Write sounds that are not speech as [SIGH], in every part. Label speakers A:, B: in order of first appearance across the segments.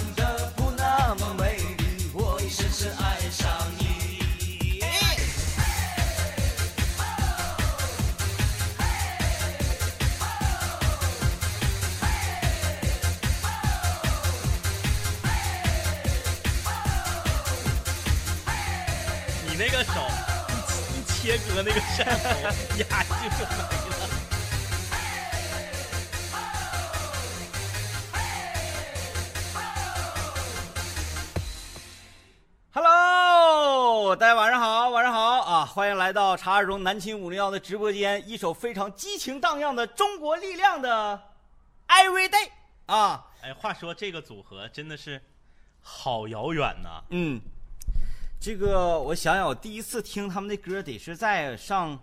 A: 哎
B: 你那个手一一切割那个山头，压就没了。
A: Hello，大家晚上好，晚上好啊！欢迎来到查尔中南秦五零幺的直播间，一首非常激情荡漾的中国力量的 Every Day 啊，
B: 哎，话说这个组合真的是好遥远呐、
A: 嗯，这个我想想，我第一次听他们的歌得是在上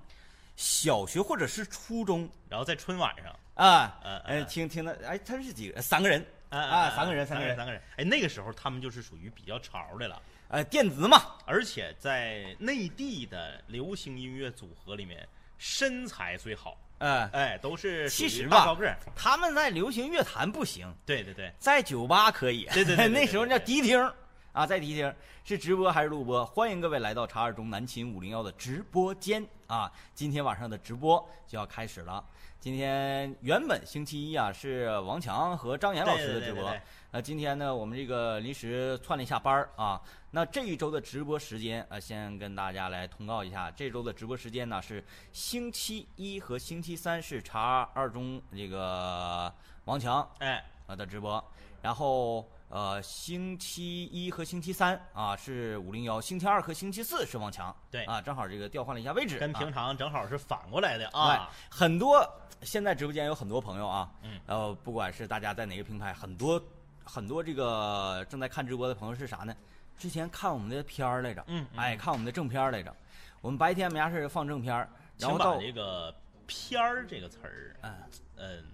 A: 小学或者是初中
B: 然后在春晚上，
A: 啊
B: 嗯，
A: 哎，
B: 嗯
A: 听听的，哎，他是几个？三个人
B: 嗯
A: 啊，
B: 嗯
A: 三个人，
B: 三
A: 个
B: 人，
A: 人
B: 三，个人。哎，那个时候他们就是属于比较潮的了，
A: 呃，电子嘛，
B: 而且在内地的流行音乐组合里面，身材最好，
A: 呃，
B: 哎，都是属于
A: 其实
B: 大
A: 吧
B: 高个儿。
A: 他们在流行乐坛不行，
B: 对对对，
A: 在酒吧可以，
B: 对对对对
A: [LAUGHS] 那时候
B: 对对
A: 叫
B: 对
A: 迪厅啊，在迪厅是直播还是录播？欢迎各位来到查尔中南秦五零幺的直播间啊！今天晚上的直播就要开始了。今天原本星期一啊是王强和张岩老师的直播
B: 对对对对对，
A: 那今天呢我们这个临时窜了一下班儿啊。那这一周的直播时间啊，先跟大家来通告一下，这周的直播时间呢是星期一和星期三是查二中这个王强
B: 哎，
A: 啊的直播，然后呃星期一和星期三啊是五零幺，星期二和星期四是王强，
B: 对
A: 啊正好这个调换了一下位置，
B: 跟平
A: 啊
B: 常正好是反过来的
A: 哎
B: 啊。
A: 很多现在直播间有很多朋友啊，
B: 嗯，
A: 呃不管是大家在哪个平台，很多很多这个正在看直播的朋友是啥呢？之前看我们的片儿来着，
B: 嗯嗯
A: 哎看我们的正片儿来着，我们白天没啥事儿放正片儿，
B: 请
A: 然后
B: 把
A: 到
B: 这个“片儿”这个词儿，
A: 嗯
B: 嗯，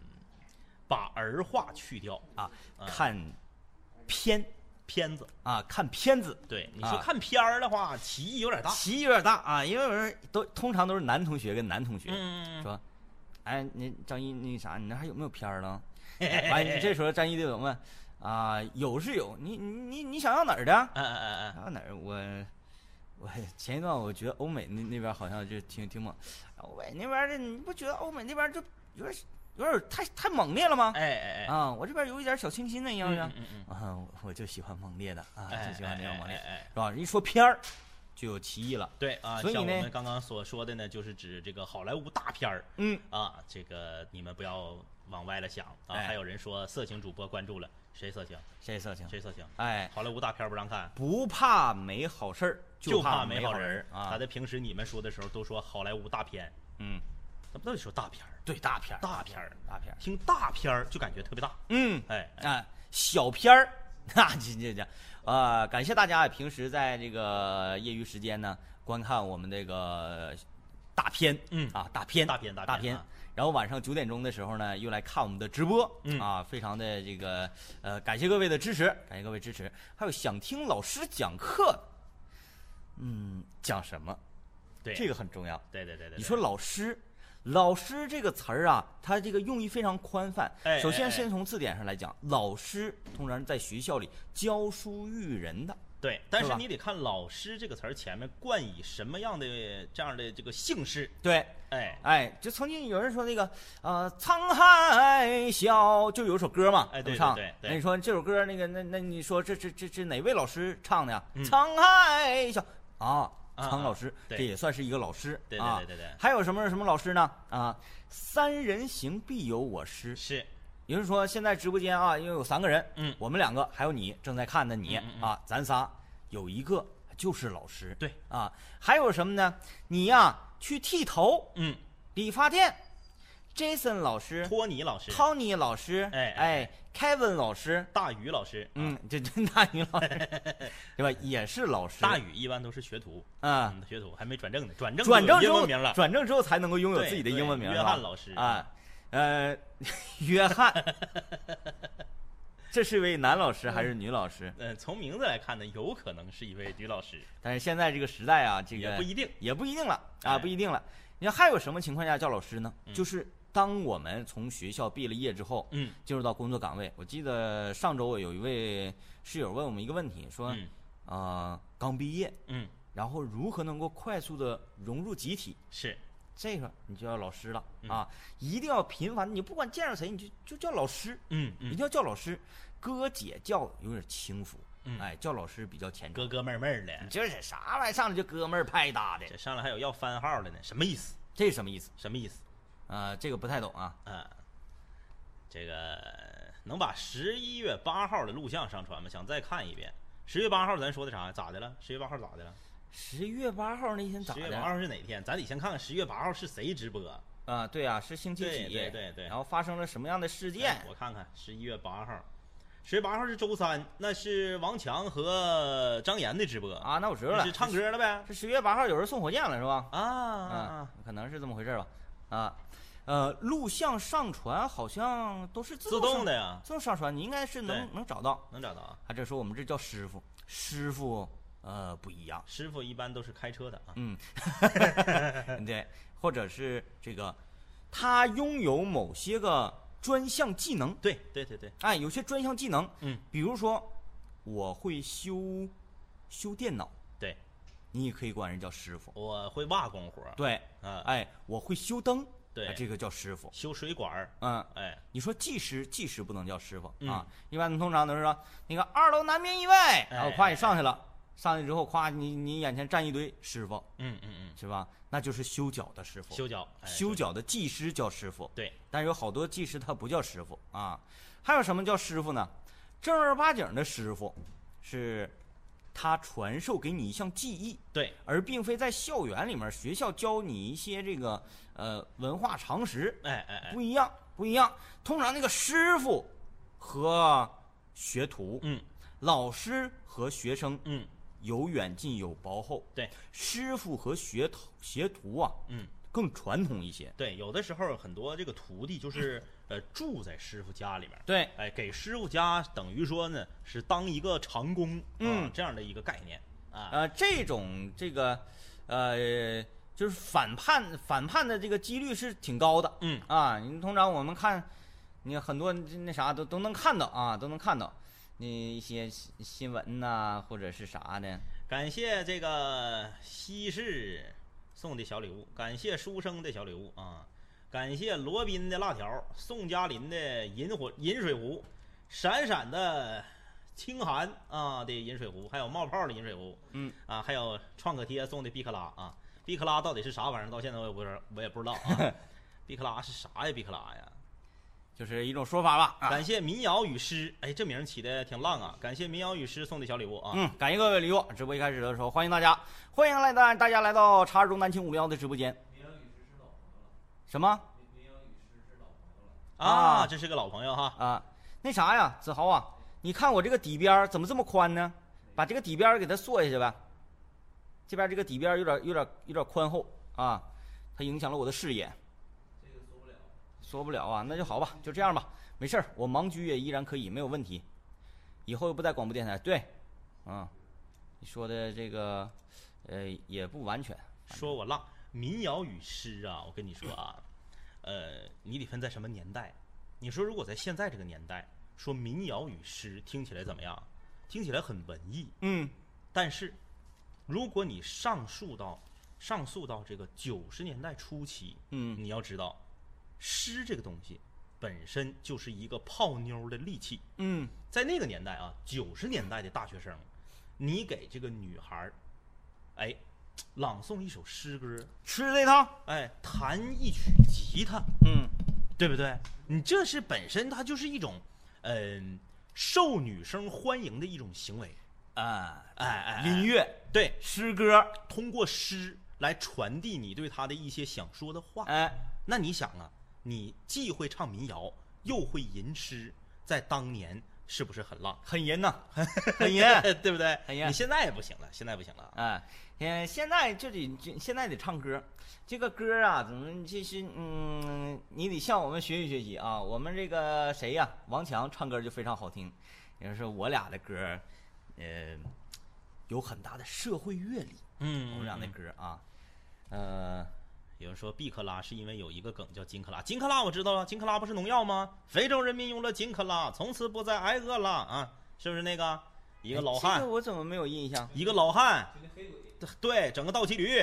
B: 把儿化去掉，
A: 啊
B: 嗯
A: 看片
B: 片子。
A: 啊看片子。
B: 对，你
A: 啊
B: 说看片儿的话，歧义有点大。
A: 歧义有点大啊，因为我说都通常都是男同学跟男同学、
B: 嗯，
A: 说，哎，那张一那啥，你那还有没有片儿了？
B: 嗯
A: 完，哎你这时候张一就问，啊，有是有，你你你你想要哪儿的？
B: [LAUGHS] 嗯嗯嗯嗯，
A: 想要哪儿？我我前一段我觉得欧美那那边好像就挺挺猛，欧美那边的你不觉得欧美那边就有点有点太太猛烈了吗？
B: 哎哎哎，
A: 啊，我这边有一点小清新的样样
B: 嗯嗯嗯
A: 啊，我我就喜欢猛烈的啊，
B: 哎
A: 就喜欢这种猛烈
B: 哎哎哎哎，
A: 是吧？一说片儿就有歧义了。
B: 对啊，
A: 所以
B: 像我
A: 呢
B: 们刚刚所说的呢，就是指这个好莱坞大片儿
A: 嗯，
B: 啊，这个你们不要往歪了想啊。
A: 哎
B: 还有人说色情主播关注了，谁色情？
A: 谁色情？
B: 谁色情？
A: 哎，
B: 好莱坞大片儿不让看，
A: 不怕没好事儿，
B: 就
A: 怕
B: 没
A: 好
B: 人
A: 儿啊
B: 他。在平时你们说的时候都说好莱坞大片，
A: 嗯，
B: 咱们到底说大片儿？
A: 对，大片儿
B: 大片儿，
A: 大片儿
B: 听大片儿就感觉特别大。
A: 嗯，
B: 哎，哎
A: 啊，小片儿，那这这这，呃，感谢大家平时在这个业余时间呢观看我们这个大片，
B: 嗯
A: 啊，大片，
B: 大片大片
A: 大片
B: 啊。
A: 然后晚上九点钟的时候呢，又来看我们的直播，
B: 嗯
A: 啊，非常的这个，呃，感谢各位的支持，感谢各位支持。还有想听老师讲课，嗯，讲什么？
B: 对，
A: 这个很重要。
B: 对，对对对对。
A: 你说老师，老师这个词儿啊，它这个用意非常宽泛
B: 哎。
A: 首
B: 哎
A: 先，
B: 哎
A: 先从字典上来讲，老师通常是在学校里教书育人的。
B: 对，但
A: 是
B: 是
A: 吧
B: 你得看“老师”这个词儿前面冠以什么样的这样的这个姓氏。
A: 对，
B: 哎
A: 哎，就曾经有人说那个，呃，沧海笑，就有一首歌嘛，
B: 哎
A: 怎
B: 对
A: 么唱
B: 对对对
A: 那你说这首歌，那个，那那你说这这这这哪位老师唱的呀？
B: 嗯
A: 沧海笑啊，
B: 啊
A: 苍
B: 啊
A: 老师，
B: 对
A: 这也算是一个老师
B: 对对
A: 啊。
B: 对对对
A: 还有什么什么老师呢？啊，三人行必有我师，
B: 是，
A: 也就是说，现在直播间啊，因为有三个人，
B: 嗯
A: 我们两个还有你正在看的你、
B: 嗯嗯嗯
A: 啊，咱仨有一个就是老师，
B: 对
A: 啊，还有什么呢？你呀、去剃头，
B: 嗯，
A: 理发店，Jason 老师
B: 托尼老师，
A: ，Tony 老师，
B: 哎
A: 哎，Kevin 老师，
B: 大宇老师，啊，
A: 嗯，这 [LAUGHS] 这大宇老师
B: [LAUGHS]
A: 对吧？也是老师，
B: 啊大宇一般都是学徒，
A: 啊，
B: 嗯，学徒还没转正呢，转正
A: 转
B: 就
A: 正
B: 有
A: 之
B: 英
A: 后
B: 文名了，
A: 转正之后才能够拥有
B: 对
A: 自己的
B: 对
A: 英文名，
B: 约
A: 是吧
B: 翰老师
A: 啊，呃， [LAUGHS] 约翰，这是位男老师还是女
B: [LAUGHS]
A: 老师？
B: 嗯、从名字来看呢，有可能是一位女老师，
A: 但是现在这个时代啊，这个
B: 也不一定。
A: 也不一定了啊，
B: 哎
A: 不一定了。你看还有什么情况下叫老师呢？
B: 嗯
A: 就是当我们从学校毕了业之后，
B: 嗯
A: 进入到工作岗位。我记得上周我有一位室友问我们一个问题，说
B: 嗯
A: 啊，刚毕业，
B: 嗯，
A: 然后如何能够快速的融入集体？
B: 是
A: 这个你就要老师了
B: 嗯
A: 啊！一定要频繁，你不管见着谁，你就就叫老师，
B: 嗯
A: 一
B: 嗯
A: 定要叫老师。哥姐叫有点轻浮，
B: 嗯
A: 哎，叫老师比较虔诚。
B: 哥哥妹儿妹儿
A: 你
B: 的，
A: 这是啥玩意儿？上来就哥们儿拍搭的，
B: 这上来还有要番号的呢，什么意思？
A: 这是什么意思？
B: 什么意思？
A: 呃，这个不太懂啊。
B: 啊，这个能把十一月八号的录像上传吗？想再看一遍。十月八号咱说的啥？咋的了？十月八号咋的了？
A: 十月八号那天咋
B: 十月八号
A: 的？
B: 是哪天？咱得先看看十月八号是谁直播。
A: 啊，对啊，是星期
B: 对
A: 几？
B: 对对对
A: 然后发生了什么样的事件
B: 哎？我看看，十一月八号，十月八号是周三，那是王强和张岩的直播，
A: 啊，那我知道
B: 那
A: 了，
B: 是唱歌了呗？
A: 是十月八号有人送火箭了是吧？
B: 啊
A: 啊，，可能是这么回事儿吧。啊，呃，录像上传好像都是自
B: 自
A: 动
B: 动
A: 上
B: 的呀，
A: 自动上传，你应该是能
B: 对
A: 能找到。
B: 能找到啊。
A: 他这说我们这叫师傅，师傅呃不一样，
B: 师傅一般都是开车的啊， [LAUGHS]
A: 嗯，对，或者是这个他拥有某些个专项技能，
B: 对对对对，
A: 哎，有些专项技能，
B: 嗯，
A: 比如说我会修修电脑，
B: 对，
A: 你也可以管人叫师傅，
B: 我会瓦工活儿，
A: 对，
B: 啊，
A: 哎，我会修灯，
B: 对
A: 啊这个叫师傅，
B: 修水管儿，
A: 嗯，
B: 哎，
A: 你说技师，技师不能叫师傅
B: 嗯哎
A: 啊，一般通常都是说那个二楼南边一位，然后夸你上去了，上去之后夸你你眼前站一堆师傅，
B: 嗯嗯嗯，
A: 是吧？那就是修脚的师傅，
B: 修脚，哎
A: 修，脚的技师叫师傅，
B: 对，
A: 但有好多技师他不叫师傅啊。还有什么叫师傅呢？正儿八经的师傅是他传授给你一项技艺，
B: 对
A: 而并非在校园里面学校教你一些这个呃文化常识。
B: 对，哎哎哎，
A: 不一样，不一样。通常那个师傅和学徒，
B: 嗯
A: 老师和学生
B: 嗯，
A: 有远近有薄厚。
B: 对，
A: 师傅和学徒学徒啊，
B: 嗯，
A: 更传统一些。
B: 对，有的时候很多这个徒弟就是呃住在师傅家里面，
A: 对，
B: 哎，给师傅家等于说呢是当一个长工，啊
A: 嗯，
B: 这样的一个概念啊，
A: 呃，这种这个，呃，就是反叛反叛的这个几率是挺高的。
B: 嗯
A: 啊，你通常我们看，你很多那啥都都能看到啊，都能看到。那一些新新闻呐、或者是啥的，
B: 感谢这个西市送的小礼物，感谢书生的小礼物啊，感谢罗宾的辣条，宋佳林的饮火饮水壶，闪闪的清寒啊的饮水壶，还有冒泡的饮水壶，
A: 嗯
B: 啊，还有创可贴送的毕克拉啊，毕克拉到底是啥玩意儿？到现在我也不知道，我也不知道
A: [LAUGHS]
B: 啊，毕克拉是啥呀？毕克拉呀？
A: 就是一种说法吧。啊、
B: 感谢民谣与诗，哎，这名儿起的挺浪啊！感谢民谣与诗送的小礼物啊！
A: 嗯，感谢各位礼物。直播一开始的时候，欢迎大家，欢迎来大大家来到查尔中南青五零幺的直播间。什么
B: 啊，
A: 啊
B: 这是个老朋友哈，
A: 啊？那啥呀，子豪啊，你看我这个底边儿怎么这么宽呢？把这个底边儿给它缩下去呗。这边这个底边儿有点有点有点宽厚啊，它影响了我的视野。缩不了啊，那就好吧，就这样吧，没事儿，我盲狙也依然可以，没有问题。以后不在广播电台，对，嗯，你说的这个，呃，也不完全，
B: 说我浪，民谣与诗啊，我跟你说啊，呃，你得分在什么年代。你说如果在现在这个年代说民谣与诗，听起来怎么样？听起来很文艺，
A: 嗯，
B: 但是如果你上溯到上溯到这个九十年代初期，
A: 嗯，
B: 你要知道，诗这个东西本身就是一个泡妞儿的利器。
A: 嗯，
B: 在那个年代啊，九十年代的大学生，你给这个女孩儿，哎，朗诵一首诗歌，
A: 吃这套，
B: 哎，弹一曲吉他，
A: 嗯，
B: 对不对？你这是本身它就是一种，嗯、受女生欢迎的一种行为。
A: 啊，
B: 哎哎哎
A: 音乐、
B: 对，
A: 诗歌，
B: 通过诗来传递你对她的一些想说的话。
A: 哎，
B: 那你想啊，你既会唱民谣，又会吟诗，在当年是不是很浪？
A: 很淫呐，很淫，
B: [LAUGHS] 对不对？
A: 哎呀
B: 你现在也不行了，现在不行了啊。
A: 哎，嗯，现在就得就现在得唱歌，这个歌啊，怎么就是嗯，你得向我们学习学习啊。我们这个谁呀、王强唱歌就非常好听，也就是我俩的歌，呃，有很大的社会阅历。
B: 嗯
A: 我们俩的歌啊，呃，
B: 有人说毕克拉是因为有一个梗叫金克拉，金克拉我知道了，金克拉不是农药吗？非洲人民用了金克拉，从此不再挨饿了啊！是不是那个一个老
A: 哎这
B: 汉
A: 个，我怎么没有印象？
B: 一个老汉，对，整个倒骑驴，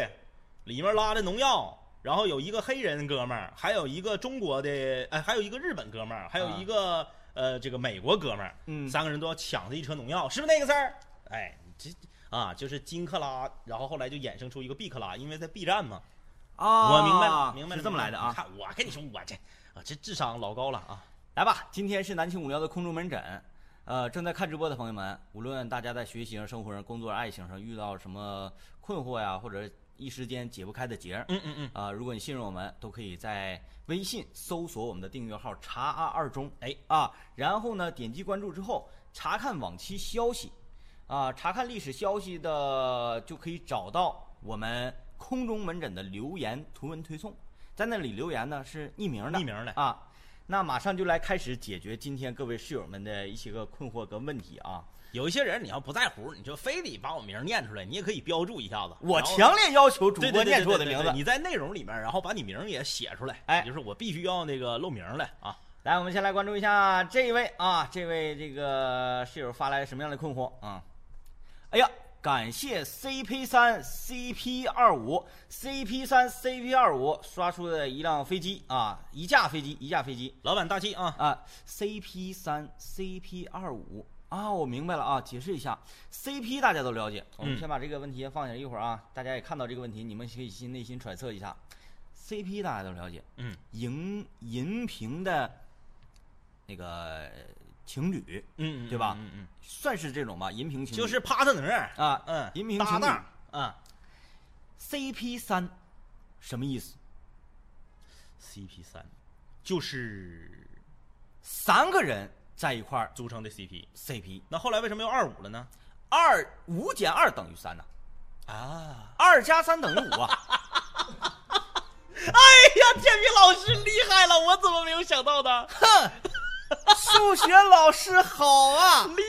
B: 里面拉着农药，然后有一个黑人哥们儿，还有一个中国的，哎，还有一个日本哥们儿，还有一个呃这个美国哥们儿，
A: 啊嗯
B: 三个人都要抢着一车农药，是不是那个事儿？哎，这啊就是金克拉，然后后来就衍生出一个毕克拉，因为在 B 站嘛。
A: 啊，
B: 我明白了，明白了，
A: 是这么来的啊
B: 你。看我跟你说，我这啊这智商老高了啊。
A: 来吧，今天是南青五聊的空中门诊。呃，正在看直播的朋友们，无论大家在学习上、生活上、工作上、爱情上遇到什么困惑呀，或者一时间解不开的结儿，
B: 嗯嗯嗯，[CLEARS THROAT]
A: 啊、如果你信任我们，都可以在微信搜索我们的订阅号“查二二中”，
B: 哎
A: 啊，然后呢，点击关注之后，查看往期消息，啊、查看历史消息的就可以找到我们空中门诊的留言图文推送，在那里留言呢是匿名的，
B: 匿名的
A: 啊。那马上就来开始解决今天各位室友们的一些个困惑跟问题啊！
B: 有一些人你要不在乎，你就非得把我名儿念出来，你也可以标注一下子。
A: 我
B: 然后
A: 强烈要求主
B: 对
A: 播
B: 对对
A: 念出我的
B: 对对
A: 名
B: 对
A: 字。
B: 你在内容里面，然后把你名儿也写出来。
A: 哎
B: 就是我必须要那个露名儿了啊。
A: 来，我们先来关注一下这一位啊，这位这个室友发来什么样的困惑啊？哎呀，感谢 CP 三、CP 二五、CP 三、CP 二五刷出的一辆飞机啊，一架飞机，一架飞机
B: 老板大气啊，
A: 啊，CP 三、CP 二五啊，我明白了啊，解释一下，CP 大家都了解，我们
B: 嗯
A: 先把这个问题先放下，一会儿啊，大家也看到这个问题，你们可以心内心揣测一下，CP 大家都了解，
B: 嗯
A: 荧荧屏的那个情侣，
B: 嗯，嗯
A: 对吧
B: 嗯嗯
A: 算是这种吧，荧屏
B: 嗯，
A: 情侣
B: 就是 partner，
A: 啊，
B: 嗯，
A: 荧屏
B: 搭
A: 情
B: 档
A: 侣
B: 啊
A: CP 三，什么意思？
B: ，CP 三，就是
A: 三个人在一块儿
B: 组成的 CP。
A: CP，
B: 那后来为什么又二五了呢？
A: 二五减二等于三呐、
B: 啊，
A: 二加三等于五啊，
B: 哎呀，建平老师厉害了，我怎么没有想到呢？
A: [LAUGHS] 数学老师好啊，
B: 厉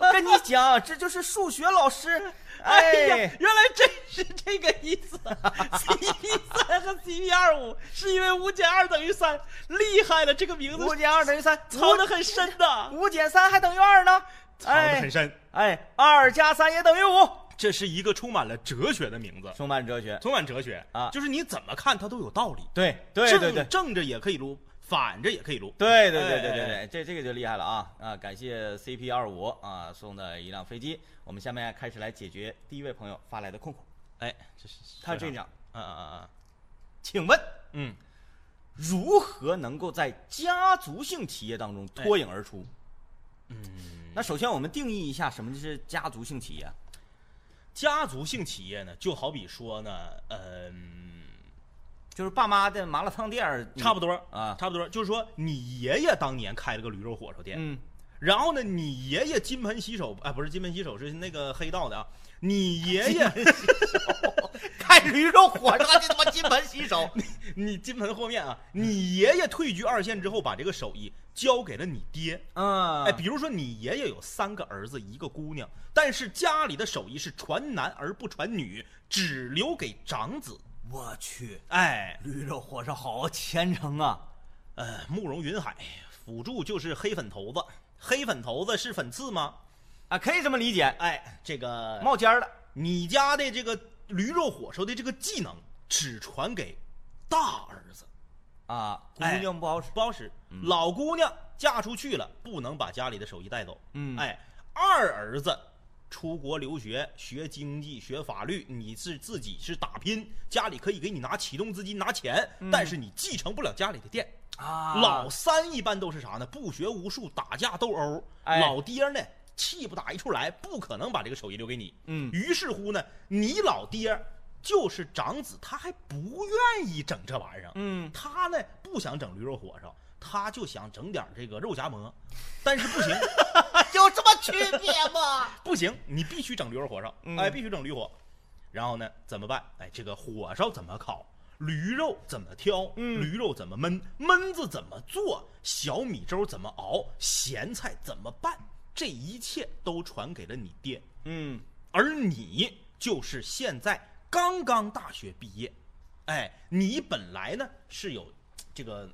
A: 我跟你讲，这就是数学老师，
B: 哎呀，
A: [LAUGHS] 哎。
B: 原来真是这个意思。CP 三和 CP 二五是因为五减二等于三，厉害了，这个名
A: 五
B: 字
A: 减二等于三，
B: 藏得很深的，
A: 五减三还等于二呢，哎
B: 深。
A: 哎，二加三也等于五，
B: 这是一个充满了哲学的名字，
A: 充满哲学。
B: 充满哲学
A: 啊
B: 就是你怎么看它都有道理。
A: 对对对对
B: 正正着也可以撸，反着也可以撸。
A: 对对对对
B: 哎
A: 对
B: 哎
A: 对，这这个就厉害了啊啊！感谢 CP 二五啊送的一辆飞机。我们下面开始来解决第一位朋友发来的困惑，
B: 哎，这是
A: 他这，样，啊
B: 嗯嗯
A: 请问
B: 嗯嗯，
A: 如何能够在家族性企业当中脱
B: 哎
A: 颖而出？嗯，那首先我们定义一下什么是家族性企业。啊
B: 家族性企业呢，就好比说呢，嗯、
A: 就是爸妈的麻辣烫店儿，
B: 差不多
A: 啊
B: 差不多，就是说你爷爷当年开了个驴肉火烧店，
A: 嗯，
B: 然后呢，你爷爷金盆洗手，哎，不是金盆洗手，是那个黑道的啊。你爷爷，
A: 开驴肉火
B: [LAUGHS]
A: 烧，你他妈金盆洗手。
B: 你金盆和面啊！你爷爷退居二线之后，把这个手艺交给了你爹。
A: 嗯，
B: 哎，比如说你爷爷有三个儿子，一个姑娘，但是家里的手艺是传男而不传女，只留给长子。
A: 我去，
B: 哎，
A: 驴肉火烧好虔诚啊！
B: 呃，慕容云海辅助就是黑粉头子，黑粉头子是粉刺吗？
A: 啊，可以这么理解，
B: 哎，这个
A: 冒尖儿了。
B: 你家的这个驴肉火烧的这个技能，只传给大儿子
A: 啊，姑
B: 哎
A: 娘不好使。
B: 不好使。老姑娘嫁出去了，不能把家里的手艺带走。
A: 嗯
B: 哎，二儿子出国留学，学经济，学法律，你是自己是打拼，家里可以给你拿启动资金拿钱，但是你继承不了家里的店。
A: 嗯啊，
B: 老三一般都是啥呢？不学无术，打架斗殴。
A: 哎
B: 老爹呢，气不打一处来，不可能把这个手艺留给你。
A: 嗯
B: 于是乎呢，你老爹就是长子，他还不愿意整这玩意儿。
A: 嗯，
B: 他呢不想整驴肉火烧，他就想整点这个肉夹馍，但是不行，
A: 有这么区别吗？
B: 不行，你必须整驴肉火烧，
A: 嗯
B: 哎，必须整驴火。然后呢，怎么办？哎，这个火烧怎么烤？驴肉怎么挑？
A: 嗯
B: 驴肉怎么焖？焖子怎么做？小米粥怎么熬？咸菜怎么拌？这一切都传给了你爹，
A: 嗯，
B: 而你就是现在刚刚大学毕业，哎，你本来呢是有这个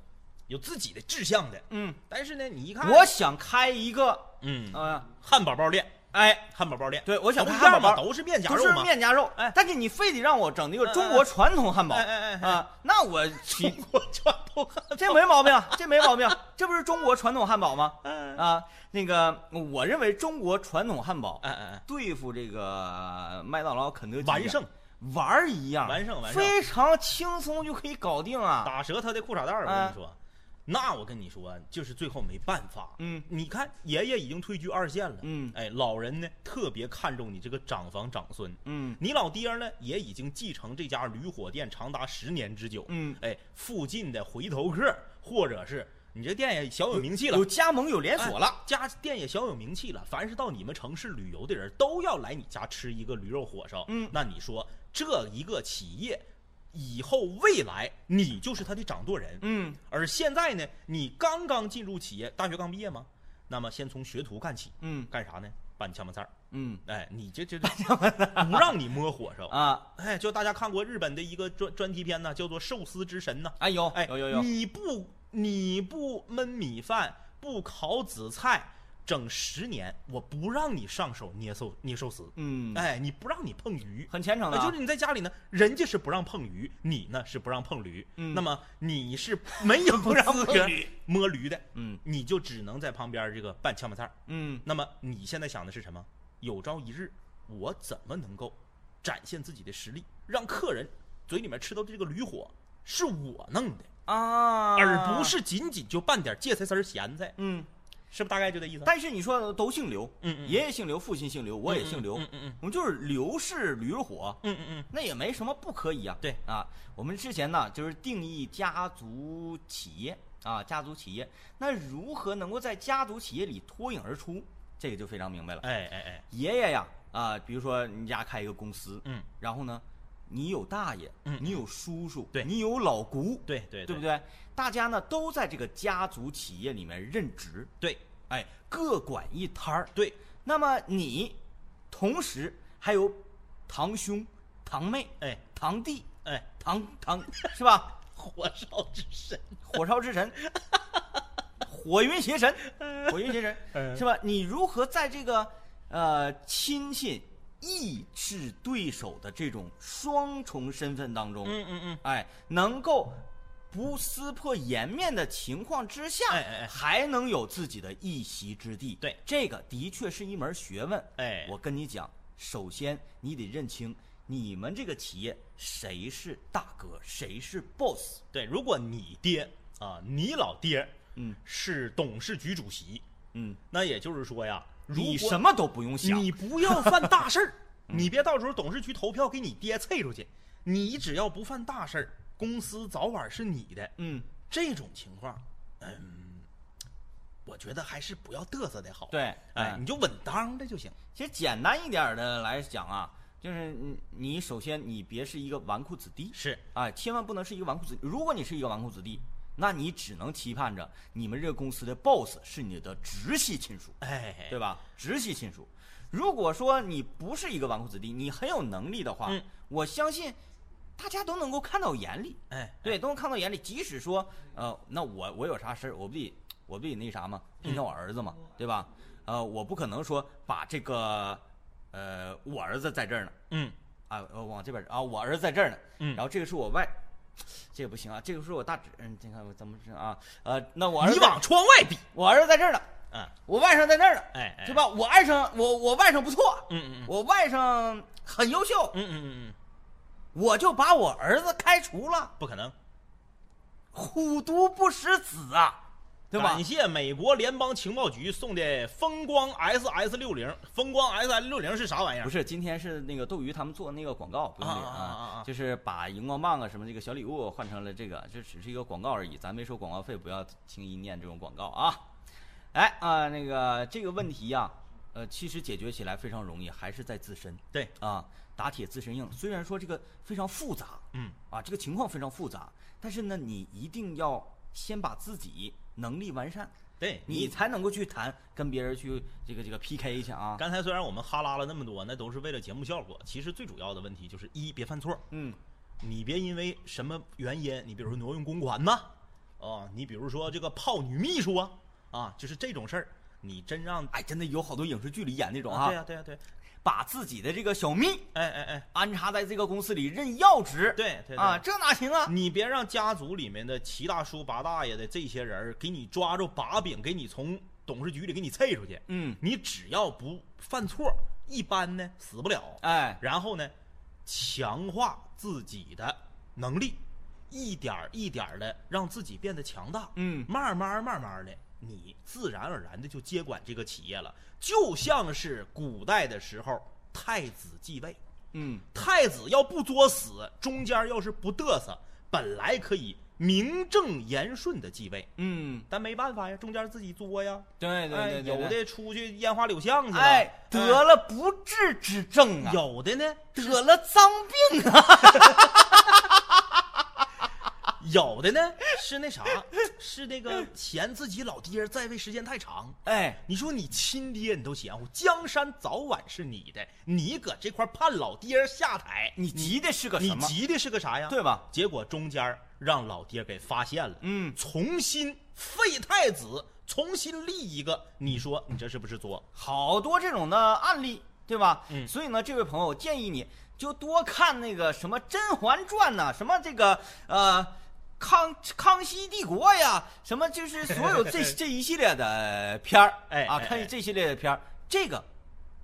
B: 有自己的志向的，
A: 嗯，
B: 但是呢，你一看，
A: 我想开一个，
B: 哎嗯，
A: 呃，
B: 汉堡包店，
A: 哎，
B: 汉堡包店，
A: 对，我想
B: 都
A: 看
B: 一
A: 汉
B: 样
A: 堡
B: 嘛，
A: 包，
B: 都是面夹
A: 都
B: 肉
A: 是
B: 嘛。
A: 面夹肉，
B: 哎
A: 但是你非得让我整一个
B: 嗯
A: 中
B: 嗯
A: 国传统汉堡
B: 哎哎哎哎，
A: 啊，那我起
B: 中 [LAUGHS] 国传统汉
A: 这没毛病啊，这没毛病，这不是中国传统汉堡吗？
B: 堡，哎
A: 啊，那个，我认为中国传统汉堡
B: 哎哎，
A: 对付这个麦当劳、肯德基啊
B: 完胜，
A: 玩儿一样，
B: 完胜完胜
A: 非常轻松就可以搞定啊。
B: 打折他的裤衩带儿，我跟你说，那我跟你说，就是最后没办法。
A: 嗯
B: 你看，爷爷已经退居二线了，
A: 嗯
B: 哎，老人呢特别看重你这个长房长孙，
A: 嗯
B: 你老爹呢也已经继承这家驴火店长达十年之久，
A: 嗯，
B: 哎，附近的回头客或者是你这店也小有名气了
A: 有，加盟有连锁了。
B: 哎家店也小有名气了。凡是到你们城市旅游的人，都要来你家吃一个驴肉火烧。
A: 嗯
B: 那你说这一个企业以后未来，你就是他的掌舵人。
A: 嗯
B: 而现在呢，你刚刚进入企业，大学刚毕业吗？那么先从学徒干起，
A: 嗯
B: 干啥呢？拌炝拌菜儿。
A: 嗯
B: 哎，你这这这不让你摸火烧。
A: 啊
B: 哎，就大家看过日本的一个专专题片呢，叫做《寿司之神》呢。
A: 哎有
B: 哎，
A: 有有有，
B: 你不你不焖米饭，不烤紫菜，整十年，我不让你上手捏寿捏寿司，
A: 嗯，
B: 哎，你不让你碰鱼。
A: 很虔诚的
B: 啊，
A: 啊，
B: 就是你在家里呢，人家是不让碰鱼，你呢是不让碰驴，
A: 嗯
B: 那么你是没有
A: 不让 [LAUGHS]
B: 资
A: 碰
B: 格
A: 驴
B: 摸驴的，
A: 嗯
B: 你就只能在旁边这个拌炝拌菜儿。
A: 嗯
B: 那么你现在想的是什么？有朝一日，我怎么能够展现自己的实力，让客人嘴里面吃到的这个驴火是我弄的，
A: 啊，
B: 而不是仅仅就拌点芥菜丝儿咸菜，
A: 嗯。
B: 是不是大概就这意思？
A: 但是你说都姓刘，
B: 嗯嗯
A: 爷爷姓刘，父亲姓刘，我也姓刘，
B: 嗯嗯
A: 我们就是刘氏驴肉火，
B: 嗯嗯嗯
A: 那也没什么不可以啊。
B: 对
A: 啊，我们之前呢就是定义家族企业啊，家族企业，那如何能够在家族企业里脱颖而出，这个就非常明白了
B: 嗯，。哎哎哎，
A: 爷爷呀啊，比如说你家开一个公司，
B: 嗯，
A: 然后呢，你有大爷，
B: 嗯
A: 你有叔叔，
B: 对
A: 你有老姑，
B: 对对
A: 对不对？大家呢都在这个家族企业里面任职，
B: 对
A: 哎，各管一摊儿。
B: 对，
A: 那么你同时还有堂兄、堂妹、
B: 哎
A: 堂弟、
B: 哎，
A: 堂堂是吧？
B: 火烧之神，
A: 火烧之神，火云邪神，火云邪神
B: 嗯
A: 是吧？你如何在这个呃亲信、抑制对手的这种双重身份当中，
B: 嗯嗯，
A: 哎，能够不撕破颜面的情况之下，
B: 哎哎哎
A: 还能有自己的一席之地。
B: 对
A: 这个的确是一门学问。
B: 哎
A: 我跟你讲，首先你得认清你们这个企业谁是大哥，谁是 boss。
B: 对，如果你爹啊，你老爹
A: 嗯
B: 是董事局主席，
A: 嗯，
B: 那也就是说呀，如
A: 你嗯
B: 果
A: 什么都不用想。
B: 你不要犯大
A: [LAUGHS]
B: 事儿，你别到时候董事局投票给你爹啐出去。你只要不犯大事儿，公司早晚是你的。
A: 嗯，
B: 这种情况，嗯，我觉得还是不要嘚瑟的好。，
A: 对，
B: 哎，
A: 嗯
B: 你就稳当的就行。
A: 其实简单一点儿的来讲啊，就是你你首先你别是一个纨绔子弟，
B: 是，
A: 啊，千万不能是一个纨绔子弟。如果你是一个纨绔子弟，那你只能期盼着你们这个公司的 boss 是你的直系亲属，
B: 哎，
A: 对吧？直系亲属。如果说你不是一个纨绔子弟，你很有能力的话，
B: 嗯
A: 我相信大家都能够看到眼里，
B: 哎，
A: 对，都能看到眼里。即使说，呃，那我我有啥事儿，我不得我不得那啥嘛，拼
B: 嗯
A: 到我儿子嘛，对吧？呃，我不可能说把这个，呃，我儿子在这儿呢，
B: 嗯
A: 啊，呃往这边儿啊，我儿子在这儿呢。
B: 嗯
A: 然，后这个是我外，这个不行啊，这个是我大侄，嗯，你看我怎么是啊？呃，那我儿
B: 你
A: 子，
B: 往窗外比，
A: 我儿子在这儿呢，
B: 啊，
A: 我外甥在那儿呢，
B: 哎，哎
A: 对？吧？我外甥，我我外甥不错，
B: 嗯嗯嗯
A: 我外甥很优秀，
B: 嗯嗯嗯嗯，
A: 我就把我儿子开除了，
B: 不可能，
A: 虎毒不食子啊，对吧
B: 感？谢美国联邦情报局送的风光 SS 六零，风光 SS 六零是啥玩意儿
A: 不？是，今天是那个斗鱼他们做那个广告，不用那个
B: 啊啊啊啊啊
A: 就是把荧光棒啊什么这个小礼物换成了这个，这只是一个广告而已，咱没收广告费，不要轻易念这种广告啊。哎啊、那个这个问题呀、呃，其实解决起来非常容易，还是在自身
B: 对，
A: 啊，打铁自身硬。虽然说这个非常复杂
B: 嗯，
A: 啊，这个情况非常复杂，但是呢，你一定要先把自己能力完善，
B: 对
A: 你才能够去谈跟别人去这个这个 PK 去啊。
B: 刚才虽然我们哈拉了那么多，那都是为了节目效果。其实最主要的问题就是一别犯错，
A: 嗯
B: 你别因为什么原因，你比如说挪用公款呐、啊，你比如说这个泡女秘书啊，啊，就是这种事儿，你真让
A: 哎，真的有好多影视剧里演那种
B: 啊
A: 哈
B: 对，呀对呀对呀，
A: 把自己的这个小蜜
B: 哎哎哎，
A: 安插在这个公司里任要职，
B: 对对对嗯
A: 啊，这哪行啊？
B: 你别让家族里面的齐大叔、八大爷的这些人儿给你抓住把柄，给你从董事局里给你啐出去。
A: 嗯，
B: 你只要不犯错，一般呢死不了。
A: 哎，
B: 然后呢，强化自己的能力，一点儿一点的让自己变得强大。
A: 嗯，
B: 慢慢慢慢的，你自然而然的就接管这个企业了，就像是古代的时候太子继位。
A: 嗯，
B: 太子要不作死，中间要是不嘚瑟，本来可以名正言顺的继位，
A: 嗯，
B: 但没办法呀，中间自己作呀。
A: 对对对对，
B: 哎，有
A: 对
B: 的出去烟花柳巷去了，
A: 哎得了不治之症啊，
B: 有的呢，
A: 得了脏病啊，
B: [LAUGHS] 有的呢是那啥，是那个嫌自己老爹在位时间太长。
A: 哎，
B: 你说你亲爹你都嫌乎，江山早晚是你的，你搁这块盼老爹下台，
A: 你急的是个
B: 你
A: 什么？
B: 急的啊是个啥呀？
A: 对吧？
B: 结果中间儿让老爹给发现了，
A: 嗯
B: 重新废太子，重新立一个，你说你这是不是作？
A: 好多这种的案例，对吧？
B: 嗯
A: 所以呢，这位朋友建议你就多看那个什么《甄嬛传》呐，什么这个呃。康康熙帝国呀，什么就是所有
B: [LAUGHS]
A: 这这一系列的片儿，
B: 哎
A: 啊，
B: 哎哎
A: 看这系列的片儿，这个，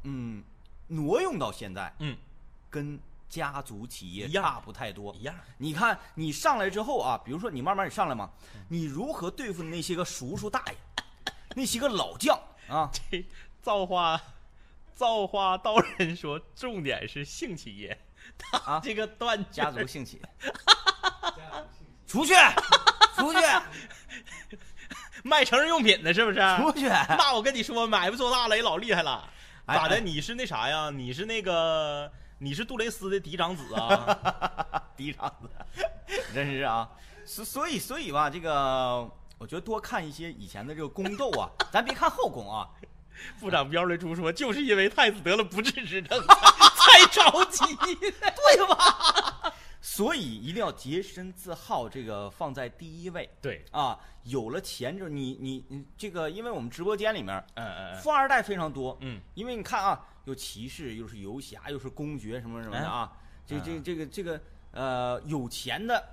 A: 嗯，挪用到现在，
B: 嗯，
A: 跟家族企业
B: 一样
A: 差不太多
B: 嗯一。样。
A: 你看你上来之后啊，比如说你慢慢你上来嘛，
B: 嗯
A: 你如何对付那些个叔叔大爷，那些个老将啊？
B: 嘿，造化，造化道人说，重点是性企业，他
A: 啊
B: 这个断
A: 家
B: 句儿
A: 族兴起，出 [LAUGHS] 去，出去，
B: [LAUGHS] 卖成人用品的， [LAUGHS] 是不是？
A: 出去！
B: 那我跟你说，买卖做大雷老厉害了。
A: 哎
B: 咋的？
A: 哎
B: 你是那啥呀？你是那个，你是杜蕾斯的嫡长子
A: [LAUGHS]
B: 啊？
A: 低场子，真是啊！所所以所以吧，这个我觉得多看一些以前的这个宫斗 [LAUGHS] 啊，咱别看后宫啊，
B: 部长彪雷猪说，就是因为太子得了不治之
A: [LAUGHS]
B: 症，才着急。
A: 对吧？所以一定要洁身自好，这个放在第一位
B: 对，
A: 啊。有了钱之后，你你你这个，因为我们直播间里面
B: 嗯嗯
A: 富二代非常多，
B: 嗯，
A: 因为你看啊，有骑士，又是游侠，又是公爵什么什么的啊，这这这个这个呃，有钱的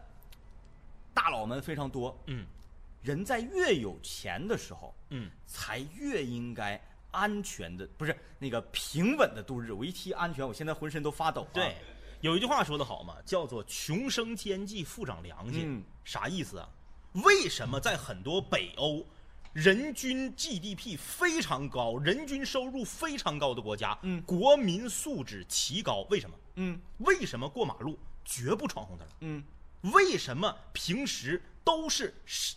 A: 大佬们非常多。
B: 嗯
A: 人在越有钱的时候，
B: 嗯，
A: 才越应该安全的，不是那个平稳的度日。我一提安全，我现在浑身都发抖、啊。
B: 对，，有一句话说的好嘛，叫做“穷生奸计，富长良心”，
A: 嗯
B: 啥意思啊？为什么在很多北欧人均 GDP 非常高、人均收入非常高的国家，
A: 嗯
B: 国民素质奇高？为什么？
A: 嗯
B: 为什么过马路绝不闯红灯？
A: 嗯，
B: 为什么平时都是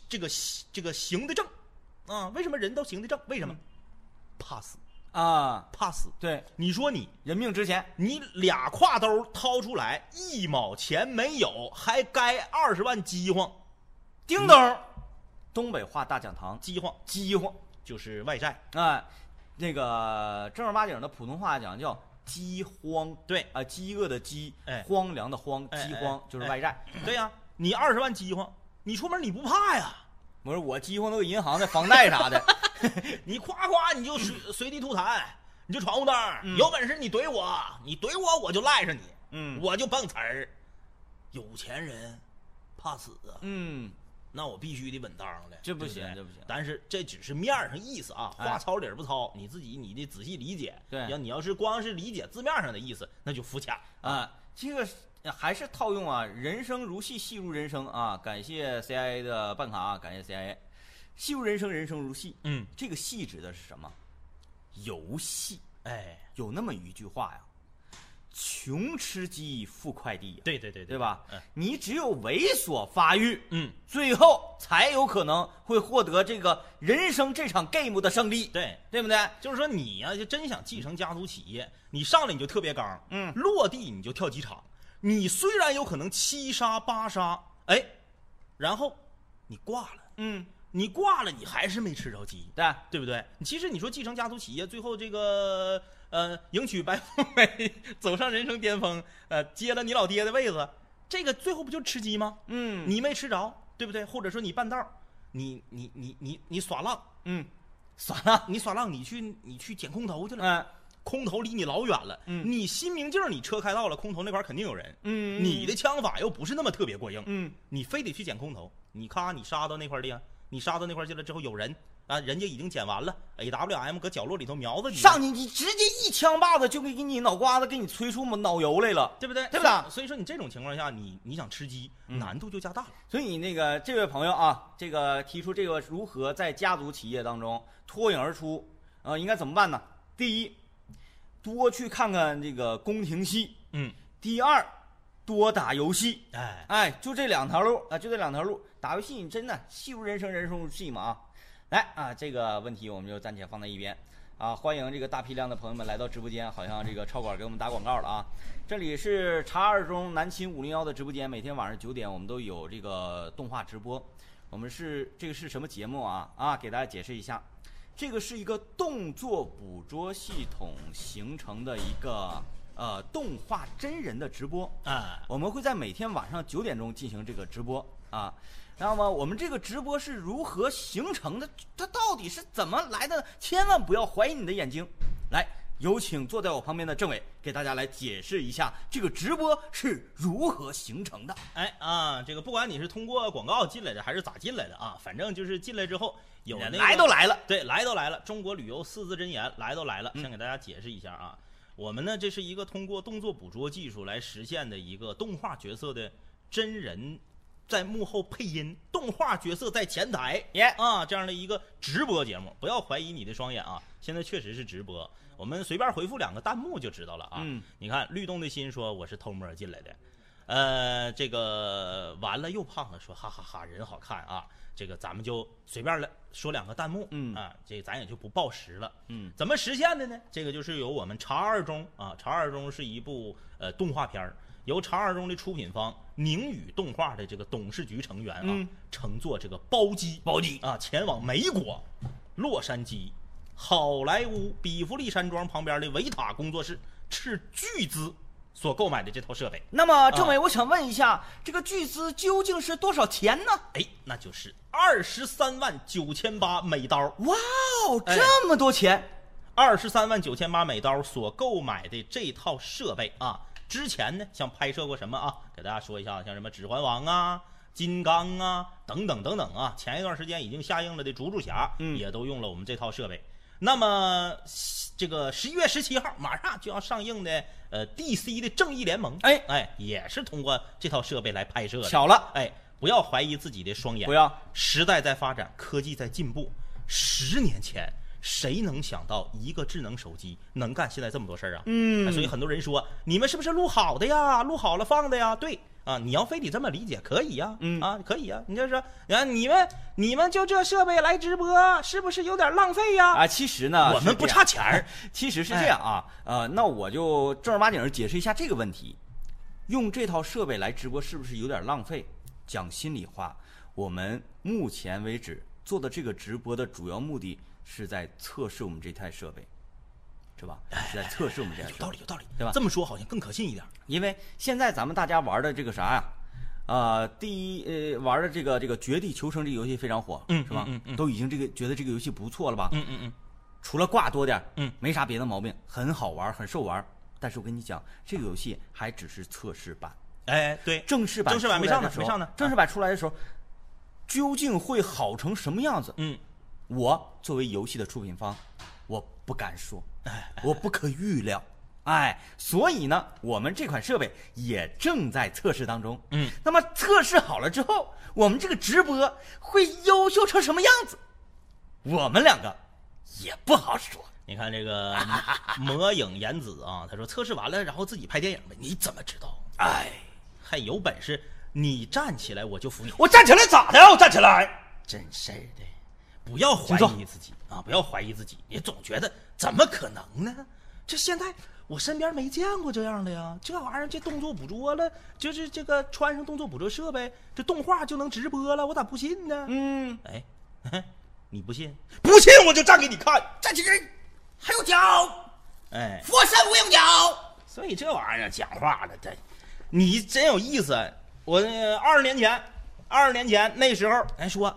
B: 这个这个行得正啊？为什么人都行得正？为什么？怕死，
A: 啊，
B: 怕死。
A: 对，
B: 你说你
A: 人命值钱。
B: 你俩挎兜掏出来一毛钱没有，还该二十万饥荒，
A: 叮咚，东北话大讲堂，
B: 饥荒
A: 饥荒。
B: 就是外债。
A: 啊，那个正儿八经的普通话讲叫饥荒，
B: 对
A: 啊，饥饿的饥，
B: 哎
A: 荒凉的荒，
B: 哎
A: 饥
B: 哎
A: 荒就是外债。
B: 对呀、你二十万饥荒，你出门你不怕呀？
A: 我说我饥荒都有银行的房贷
B: [LAUGHS]
A: 啥的，
B: 你夸夸你就随随地吐痰，你就闯红灯儿，有本事你怼我，你怼我我就赖上你，
A: 嗯
B: 我就蹦词儿。有钱人怕死啊，
A: 嗯，
B: 那我必须得稳当的，
A: 这不行
B: 对对
A: 这不行
B: 但是这只是面儿上意思啊，
A: 哎
B: 话糙理儿不糙，你自己你得仔细理解。
A: 对
B: 要你要是光是理解字面上的意思，那就肤浅。
A: 啊，这个是还是套用啊，人生如戏，戏如人生啊。感谢 CIA 的办卡啊，感谢 CIA。戏如人生，人生如戏。
B: 嗯，
A: 这个戏指的是什么？游戏。
B: 哎，
A: 有那么一句话呀，穷吃鸡，富快递呀。
B: 对对对
A: 对吧
B: 嗯？
A: 你只有猥琐发育，
B: 嗯，
A: 最后才有可能会获得这个人生这场 game 的胜利，
B: 对，
A: 对不对？
B: 就是说你呀、就真想继承家族企业，你上来你就特别刚，
A: 嗯
B: 落地你就跳几场。你虽然有可能七杀八杀，哎，然后你挂了，
A: 嗯，
B: 你挂了，你还是没吃着鸡。
A: 对，
B: 对不对？其实你说继承家族企业，最后这个呃，迎娶白富美， [LAUGHS] 走上人生巅峰，呃，接了你老爹的位子，这个最后不就吃鸡吗？
A: 嗯
B: 你没吃着，对不对？或者说你半道儿，你你你你你耍浪，
A: 嗯，算了，
B: 你耍浪，你去你去捡空投去了，
A: 嗯
B: 空投离你老远了，
A: 嗯
B: 你心明镜儿你车开到了，空投那块儿肯定有人，
A: 嗯，
B: 你的枪法又不是那么特别过硬，
A: 嗯
B: 你非得去捡空投，你咔你杀到那块儿地啊，你杀到那块儿去了之后有人啊，人家已经捡完了，A W M 搁角落里头瞄着你呢，
A: 上去你直接一枪把子就给给你脑瓜子给你吹出脑油来了。
B: 对不对？
A: 对不对？
B: 所以说你这种情况下，你你想吃鸡，
A: 嗯
B: 难度就加大了。
A: 所以你那个这位朋友啊，这个提出这个如何在家族企业当中脱颖而出，呃，应该怎么办呢？第一，多去看看这个宫廷戏；
B: 嗯，
A: 第二，多打游戏。
B: 哎，
A: 哎，就这两条路啊、就这两条路。打游戏你真的戏如人生，人生如戏嘛啊！来啊，这个问题我们就暂且放在一边啊。欢迎这个大批量的朋友们来到直播间，好像这个超管给我们打广告了啊。这里是茶二中南秦五零幺的直播间，每天晚上九点我们都有这个动画直播。我们是这个是什么节目啊？啊，给大家解释一下，这个是一个动作捕捉系统形成的一个呃动画真人的直播。
B: 哎，
A: 我们会在每天晚上九点钟进行这个直播啊。那么我们这个直播是如何形成的？它到底是怎么来的呢？千万不要怀疑你的眼睛。来，有请坐在我旁边的政委给大家来解释一下这个直播是如何形成的。
B: 哎啊，这个不管你是通过广告进来的还是咋进来的啊，反正就是进来之后有那个
A: 来都来了，
B: 对，来都来了。中国旅游四字真言，来都来了，
A: 嗯
B: 先给大家解释一下啊。我们呢，这是一个通过动作捕捉技术来实现的一个动画角色的真人在幕后配音，动画角色在前台
A: 耶、
B: 啊这样的一个直播节目。不要怀疑你的双眼啊，现在确实是直播。我们随便回复两个弹幕就知道了啊。
A: 嗯
B: 你看，律动的心说我是偷摸进来的，呃，这个完了又胖了，说哈哈哈人好看啊，这个咱们就随便了说两个弹幕，
A: 嗯
B: 啊，这咱也就不报时了。
A: 嗯
B: 怎么实现的呢？这个就是由我们茶二中啊，茶二中是一部呃动画片儿，由茶二中的出品方宁宇动画的这个董事局成员啊，
A: 嗯
B: 乘坐这个包机
A: 包机
B: 啊，前往美国洛杉矶好莱坞比弗利山庄旁边的维塔工作室，斥巨资所购买的这套设备，
A: 那么政委，我想问一下，这个巨资究竟是多少钱呢？
B: 哎，那就是二十三万九千八美刀，
A: 哇哦，这么多钱！
B: 二十三万九千八美刀所购买的这套设备啊，之前呢，像拍摄过什么啊？给大家说一下，像什么《指环王》啊、《金刚》啊等等等等啊。前一段时间已经下映了的《竹竹侠》，
A: 嗯
B: 也都用了我们这套设备。那么这个十一月十七号马上就要上映的呃 DC 的《正义联盟》，
A: 哎
B: 哎，也是通过这套设备来拍摄的。
A: 巧了，
B: 哎，不要怀疑自己的双眼
A: 不，要
B: 时代在发展，科技在进步。十年前，谁能想到一个智能手机能干现在这么多事儿啊？
A: 嗯
B: 哎所以很多人说，你们是不是录好的呀？录好了放的呀？对啊，你要非得这么理解，可以呀，
A: 嗯
B: 啊，可以呀。你就是，你看你们你们就这设备来直播，是不是有点浪费呀？
A: 啊！其实呢，
B: 我
A: 是
B: 们不
A: 这样
B: 差钱儿，
A: 其实
B: 哎
A: 是这样啊，呃，那我就正儿八经儿解释一下这个问题。用这套设备来直播是不是有点浪费？讲心里话，我们目前为止做的这个直播的主要目的是在测试我们这台设备，是吧？是在测试我们这台
B: 哎有
A: 设
B: 道
A: 备
B: 理，，有道理，
A: 对吧
B: 这么说好像更可信一点。
A: 因为现在咱们大家玩的这个啥呀、呃，第一，呃，玩的这个这个《绝地求生》这个游戏非常火，
B: 嗯
A: 是吧？
B: 嗯嗯嗯
A: 都已经这个觉得这个游戏不错了吧？
B: 嗯嗯嗯，
A: 除了挂多点儿
B: 嗯，
A: 没啥别的毛病，很好玩儿，很受玩儿。但是我跟你讲，这个游戏还只是测试版，
B: 哎，对，
A: 正式版
B: 正式版
A: 出
B: 没
A: 来
B: 上
A: 的
B: 呢
A: 时候
B: 没上呢啊
A: 正式版出来的时候，究竟会好成什么样子？
B: 嗯，
A: 我作为游戏的出品方，我不敢说 [LAUGHS]
B: 哎，
A: 我不可预料。哎，所以呢，我们这款设备也正在测试当中。
B: 嗯，
A: 那么测试好了之后，我们这个直播会优秀成什么样子？我们两个也不好说。
B: 你看这
A: [LAUGHS]
B: 个魔影言子啊，他说测试完了，然后自己拍电影呗，你怎么知道？
A: 哎，
B: 还有本事，你站起来我就服你，
A: 我站起来咋的呀？我站起来，
B: 真事儿的，不要怀疑自己啊，不要怀疑自己，你总觉得怎么可能呢？这现在我身边没见过这样的呀，这玩意儿这动作捕捉了，就是这个穿上动作捕捉设备，这动画就能直播了，我咋不信呢？
A: 嗯，
B: 哎，你不信？
A: 不信我就站给你看，站起来，还有脚，
B: 哎，
A: 佛山无影脚。
B: 所以这玩意儿讲话了，这你真有意思。我那二十年前，二十年前那时候，人说
C: 哎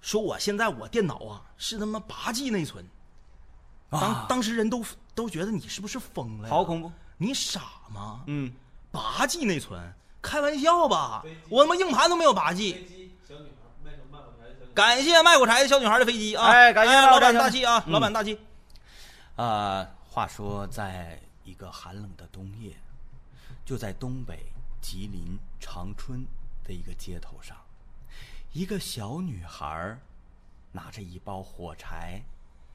C: 说我现在我电脑啊是他妈八 G 内存，当、
A: 啊
C: 当时人都都觉得你是不是疯了呀？
A: 好恐怖。
C: 你傻吗？
A: 嗯，
C: 八 G 内存，开玩笑吧？我他妈硬盘都没有八 G。感谢卖火柴的小女孩的飞机啊！
A: 哎感谢卖火柴
C: 老板
A: 小
C: 大气啊，
A: 嗯
C: 老板大气。
A: 呃，话说，在一个寒冷的冬夜，就在东北吉林长春的一个街头上，一个小女孩儿拿着一包火柴，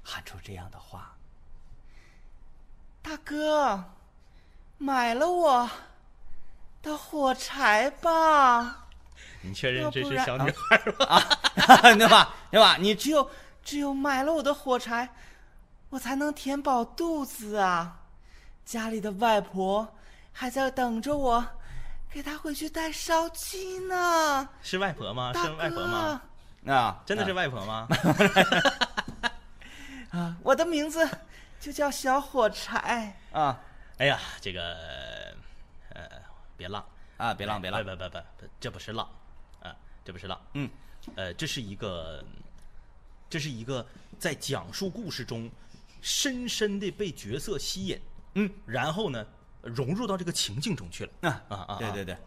A: 喊出这样的话：“ [LAUGHS]
D: 大哥，买了我的火柴吧，
B: 你确认
D: 要
B: 这
D: 不
B: 是
D: 然
B: 小女孩吗？
A: 对吧？对吧？你
D: 只有只有买了我的火柴，我才能填饱肚子啊！家里的外婆还在等着我，给她回去带烧鸡呢。
B: [LAUGHS] 是外婆吗？
D: 大
B: 是啊外婆
D: 哥
B: 吗？，
A: 啊，
B: 真的是
A: 啊
B: 外婆吗？
D: 我的名字就叫小火柴。
A: 啊
B: 哎呀，这个呃，别浪，
A: 啊！别浪，别
C: 哎
A: 浪
B: 不不不不，这不是浪，啊，这不是浪，
A: 嗯，
B: 呃，这是一个，这是一个在讲述故事中，深深的被角色吸引，
A: 嗯，
B: 然后呢，融入到这个情境中去了，
A: 啊
B: 啊啊
A: 对对对，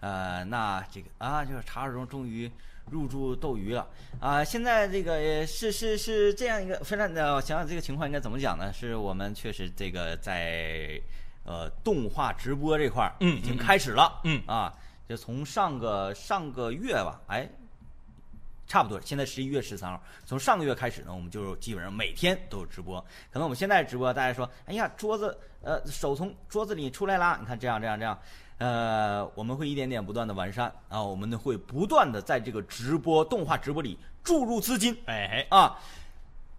A: 呃，那这个啊，就是查尔荣终于入驻斗鱼了啊、现在这个呃是是是这样一个非常的，我想想这个情况应该怎么讲呢？是我们确实这个在呃动画直播这块儿
B: 嗯
A: 已经开始了，
B: 嗯
A: 啊，就从上个上个月吧，哎。差不多，现在十一月十三号，从上个月开始呢，我们就基本上每天都有直播。可能我们现在直播，大家说，哎呀，桌子，呃，手从桌子里出来啦，你看这样这样这样，呃，我们会一点点不断的完善啊，我们呢会不断的在这个直播动画直播里注入资金
B: 哎，
A: 啊。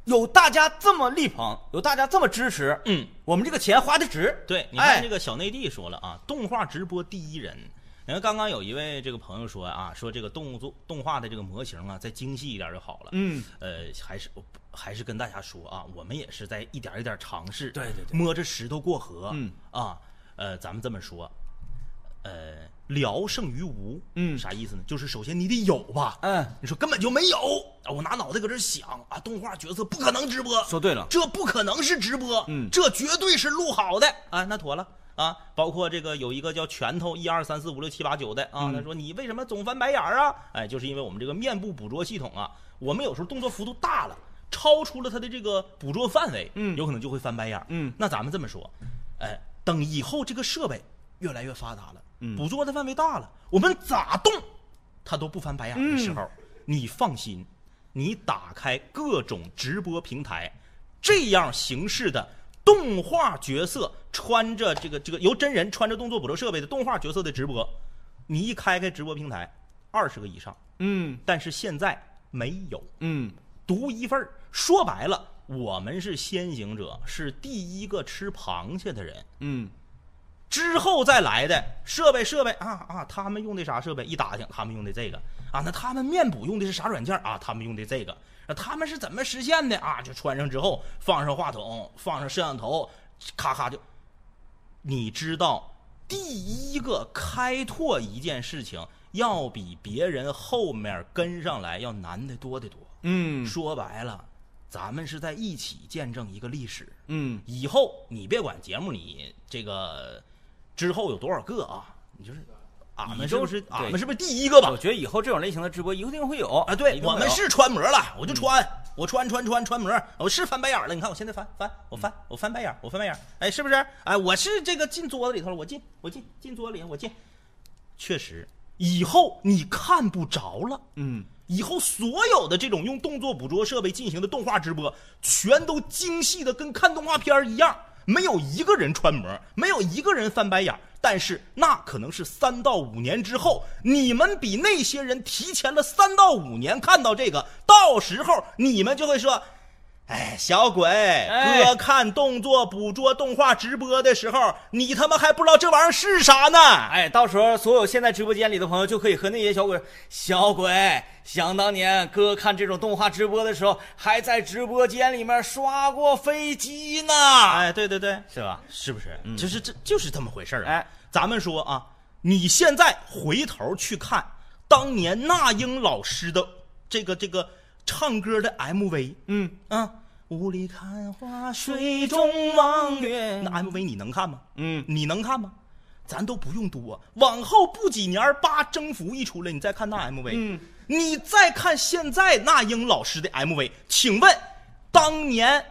A: 有大家这么力捧，有大家这么支持，
B: 嗯，
A: 我们这个钱花的值。
B: 对，你
A: 哎
B: 看这个小内地说了啊，动画直播第一人。你看，刚刚有一位这个朋友说啊，说这个动作动画的这个模型啊，再精细一点就好了。
A: 嗯，
B: 呃，还是还是跟大家说啊，我们也是在一点一点尝试，
A: 对对对
B: 摸着石头过河，
A: 嗯
B: 啊，呃，咱们这么说，呃，聊胜于无，
A: 嗯
B: 啥意思呢？就是首先你得有吧，
A: 嗯，
B: 你说根本就没有啊，我拿脑袋搁这想啊，动画角色不可能直播，
A: 说对了，
B: 这不可能是直播，
A: 嗯
B: 这绝对是录好的啊，那妥了。啊，包括这个有一个叫拳头一二三四五六七八九的啊，他说你为什么总翻白眼儿啊？哎，就是因为我们这个面部捕捉系统啊，我们有时候动作幅度大了，超出了他的这个捕捉范围，
A: 嗯
B: 有可能就会翻白眼儿。
A: 嗯
B: 那咱们这么说，哎，等以后这个设备越来越发达了，
A: 嗯
B: 捕捉的范围大了，我们咋动它都不翻白眼儿的时候，你放心，你打开各种直播平台，这样形式的动画角色穿着这个这个由真人穿着动作捕捉设备的动画角色的直播，你一开开直播平台，二十个以上，
A: 嗯
B: 但是现在没有。
A: 嗯，
B: 独一份儿。说白了，我们是先行者，是第一个吃螃蟹的人，
A: 嗯，
B: 之后再来的设备设备啊啊，他们用的啥设备？一打听，他们用的这个啊，那他们面部用的是啥软件啊？他们用的这个，那、他们是怎么实现的啊？就穿上之后，放上话筒，放上摄像头，咔咔就，你知道。第一个开拓一件事情，要比别人后面跟上来要难得多得多。
A: 嗯
B: 说白了，咱们是在一起见证一个历史。
A: 嗯，
B: 以后你别管节目里这个之后有多少个啊，你就是俺们是不是
A: 对
B: 俺们是不是第一个吧
A: 我？觉得以后这种类型的直播一定会有
B: 啊，对
A: 一定会
B: 我们
A: 有
B: 是穿模了，我就穿，我穿穿穿穿模，我是翻白眼了。你看我现在翻翻，我翻我翻白眼，我翻白眼，哎，是不是？哎，我是这个进桌子里头了，我进我进进桌子里，我进。确实，以后你看不着了。
A: 嗯
B: 以后所有的这种用动作捕捉设备进行的动画直播，全都精细的跟看动画片儿一样，没有一个人穿模，没有一个人翻白眼儿。但是那可能是三到五年之后，你们比那些人提前了三到五年看到这个，到时候你们就会说。哎，小鬼，哥看动作捕捉动画直播的时候，你他妈还不知道这玩意儿是啥呢？
A: 哎，到时候所有现在直播间里的朋友就可以和那些小鬼小鬼，想当年哥看这种动画直播的时候，还在直播间里面刷过飞机呢，
B: 哎，对对对，
A: 是吧？
B: 是不是？就是这就是这么回事儿啊。
A: 哎
B: 咱们说啊，你现在回头去看当年那英老师的这个这个
C: 唱歌的 MV
A: 嗯，
C: 啊，雾里看花，水中望月。那 MV 你能看吗？
A: 嗯，
C: 你能看吗？咱都不用多，往后不几年，八征服一出来，你再看那 MV，
A: 嗯，
C: 你再看现在那英老师的 MV，请问当年